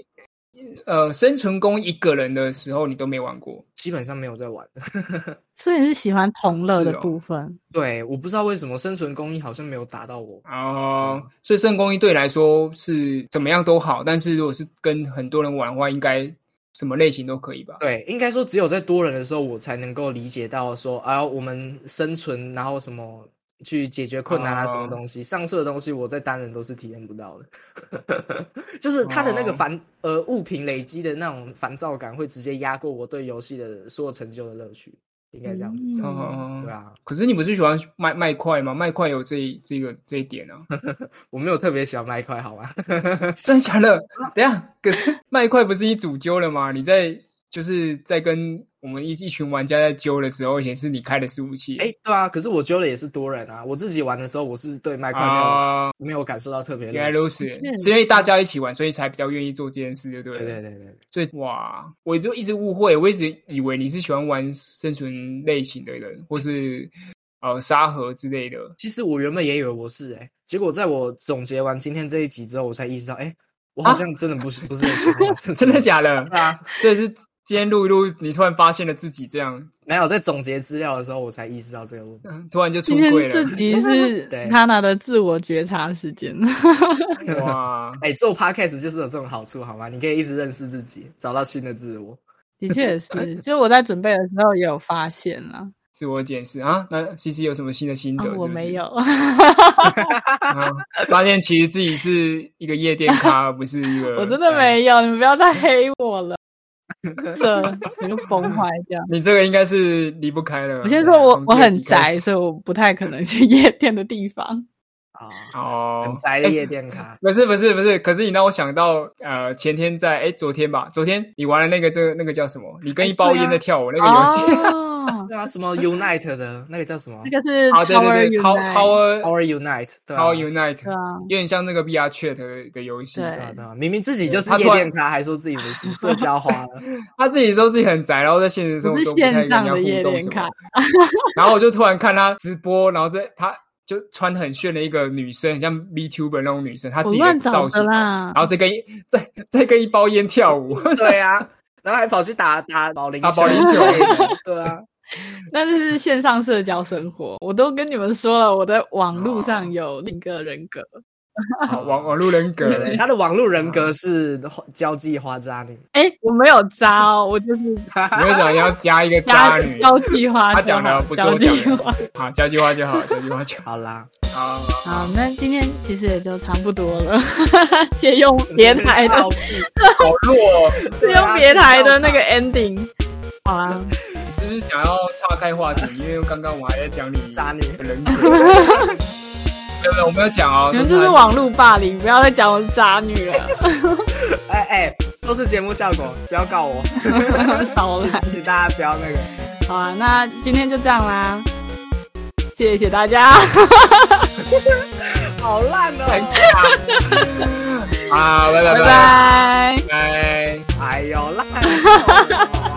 Speaker 2: 呃，生存工一个人的时候你都没玩过，
Speaker 3: 基本上没有在玩。
Speaker 1: 所以你是喜欢同乐的
Speaker 2: 是哦
Speaker 1: 部分，
Speaker 3: 对，我不知道为什么生存工艺好像没有打到我。
Speaker 2: 哦，所以圣公一对你来说是怎么样都好，但是如果是跟很多人玩的话，应该什么类型都可以吧？
Speaker 3: 对，应该说只有在多人的时候，我才能够理解到说啊，我们生存，然后什么去解决困难啊，
Speaker 2: 哦
Speaker 3: 什么东西，上述的东西我在单人都是体验不到的。 就是它的那个
Speaker 2: 哦
Speaker 3: 烦呃物品累积的那种烦躁感，会直接压过我对游戏的所有成就的乐趣，应该这样子讲。
Speaker 2: 嗯
Speaker 3: 对啊，
Speaker 2: 可是你不是喜欢卖卖块吗？卖块有这一这个这一点 啊，
Speaker 3: 我没有特别喜欢麦块，好吧？
Speaker 2: 真的假的？等一下，可是卖块不是一组揪了吗？你在就是在跟我们一一群玩家在揪的时候，显示你开的是武器。
Speaker 3: 哎、对啊，可是我揪的也是多人啊，我自己玩的时候，我是对麦块没有、
Speaker 2: 啊，
Speaker 3: 没有感受到特别的
Speaker 2: 原来
Speaker 3: 乐趣。
Speaker 2: 如此，
Speaker 1: 是
Speaker 2: 是因为大家一起玩，所以才比较愿意做这件事，对不
Speaker 3: 对
Speaker 2: 对？
Speaker 3: 对对对，
Speaker 2: 所以哇，我就一直误会，我一直以为你是喜欢玩生存类型的人，或是呃沙盒之类的。
Speaker 3: 其实我原本也以为我是哎、结果在我总结完今天这一集之后，我才意识到，哎、我好像真的不是、不是很喜欢玩生
Speaker 2: 啊 真
Speaker 3: 存
Speaker 1: 嗯
Speaker 2: 的假的？
Speaker 3: 对啊，
Speaker 2: 所以是今天录一录，你突然发现了自己这样，嗯
Speaker 3: 没有在总结资料的时候，我才意识到这个问题。
Speaker 2: 突然就出
Speaker 1: 今天
Speaker 2: 柜
Speaker 1: 这
Speaker 2: 了。
Speaker 1: 集是
Speaker 3: 对
Speaker 1: 他拿的自我觉察时间，
Speaker 2: 哇，
Speaker 3: 哎、做 podcast 就是有这种好处，好吗？你可以一直认识自己，找到新的自我。
Speaker 1: 的确也是，就是我在准备的时候也有发现啦。
Speaker 2: 自我检视啊！那西西有什么新的心得
Speaker 1: 啊
Speaker 2: 是不是、
Speaker 1: 我没有，
Speaker 2: 啊，发现其实自 己是一个夜店咖，而不是一个。
Speaker 1: 我真的没有，你们不要再黑我了。这我就崩坏这样。
Speaker 2: 你这个应该是离不开了。啊
Speaker 1: 我先说我
Speaker 2: 从
Speaker 1: 我
Speaker 2: 第二
Speaker 1: 很
Speaker 2: 集开
Speaker 1: 宅，
Speaker 2: 始
Speaker 1: 所以我不太可能去夜店的地方。
Speaker 3: 啊，
Speaker 2: 哦，
Speaker 3: 很宅的夜店咖。
Speaker 2: 不是不是不是，可是你让我想到，呃，前天在哎，昨天吧，昨天你玩了那个这个那个叫什么？你跟一包烟
Speaker 1: 啊
Speaker 2: 在跳舞、那个游戏，
Speaker 1: 哦，
Speaker 3: 对啊，什么 Unite 的那个叫什么
Speaker 1: 那个是
Speaker 2: 啊，对
Speaker 1: 哦 Tower
Speaker 2: 对对
Speaker 1: Unite，
Speaker 2: ，Tower
Speaker 3: Power Unite，对啊
Speaker 2: Tower
Speaker 3: 对
Speaker 2: Unite，
Speaker 1: 对啊，
Speaker 2: 有点像那个 VR Chat 的的游戏。
Speaker 1: 对
Speaker 3: 啊对啊，明明自己就是
Speaker 2: 他
Speaker 3: 夜
Speaker 2: 突然
Speaker 3: 店咖，还说自己 不是社交花了。
Speaker 2: 他自己说自己很宅，然后在现实生
Speaker 1: 我
Speaker 2: 活
Speaker 1: 是
Speaker 2: 中不太
Speaker 1: 线
Speaker 2: 跟人
Speaker 1: 上
Speaker 2: 家
Speaker 1: 的
Speaker 2: 互
Speaker 1: 夜
Speaker 2: 动
Speaker 1: 店
Speaker 2: 什
Speaker 1: 卡
Speaker 2: 么。， 然后我就突然看他直播，然后在他就穿很炫的一个女生，很像 VTuber 那种女生，她自
Speaker 1: 我
Speaker 2: 己
Speaker 1: 乱
Speaker 2: 的
Speaker 1: 找的
Speaker 2: 造型，啊然
Speaker 1: 啦。
Speaker 2: 后再跟一再再跟一包烟跳舞。
Speaker 3: 对啊，然后还跑去打打保龄
Speaker 2: 打保龄球
Speaker 3: 对 啊，
Speaker 1: 那这是线上社交生活，我都跟你们说了，我在网络
Speaker 2: 哦
Speaker 1: 上有另一个人格，
Speaker 2: 好网网络人格 嘞，
Speaker 3: 他的网络人格是花交际花渣 女，
Speaker 1: 哎、我没有渣哦，我就是
Speaker 2: 你会讲要加一 个
Speaker 1: 加
Speaker 2: 渣女，
Speaker 1: 交际花
Speaker 2: 他
Speaker 1: 就好，
Speaker 2: 讲的不是
Speaker 1: 交
Speaker 2: 我
Speaker 1: 际
Speaker 2: 讲
Speaker 1: 花
Speaker 2: 的。好，加句话就好，加句话 就
Speaker 3: 好啦，
Speaker 2: 好。
Speaker 1: 好，那今天其实也就差不多了， 借用别台的，
Speaker 3: 少妇
Speaker 2: 好弱哦，
Speaker 1: 借用别
Speaker 2: 啊
Speaker 1: 台的那个 ending。好啊啦，
Speaker 2: 你是不是想要岔开话题？因为刚刚我还在讲你
Speaker 3: 渣女
Speaker 2: 的人格。对对，我没有讲哦，
Speaker 1: 你们这是网络霸凌，不要再讲我是渣女 了，
Speaker 3: 哎哎，都是节目效果，不要告我，
Speaker 1: 少 来。
Speaker 3: 请大家不要那个。
Speaker 1: 好啊，那今天就这样啦，谢谢大家。
Speaker 3: 好烂
Speaker 2: 很
Speaker 3: 哦！
Speaker 2: 尬啊，拜拜
Speaker 1: 拜
Speaker 2: 拜
Speaker 1: 拜。
Speaker 2: 拜。
Speaker 3: 哎呦，烂哦！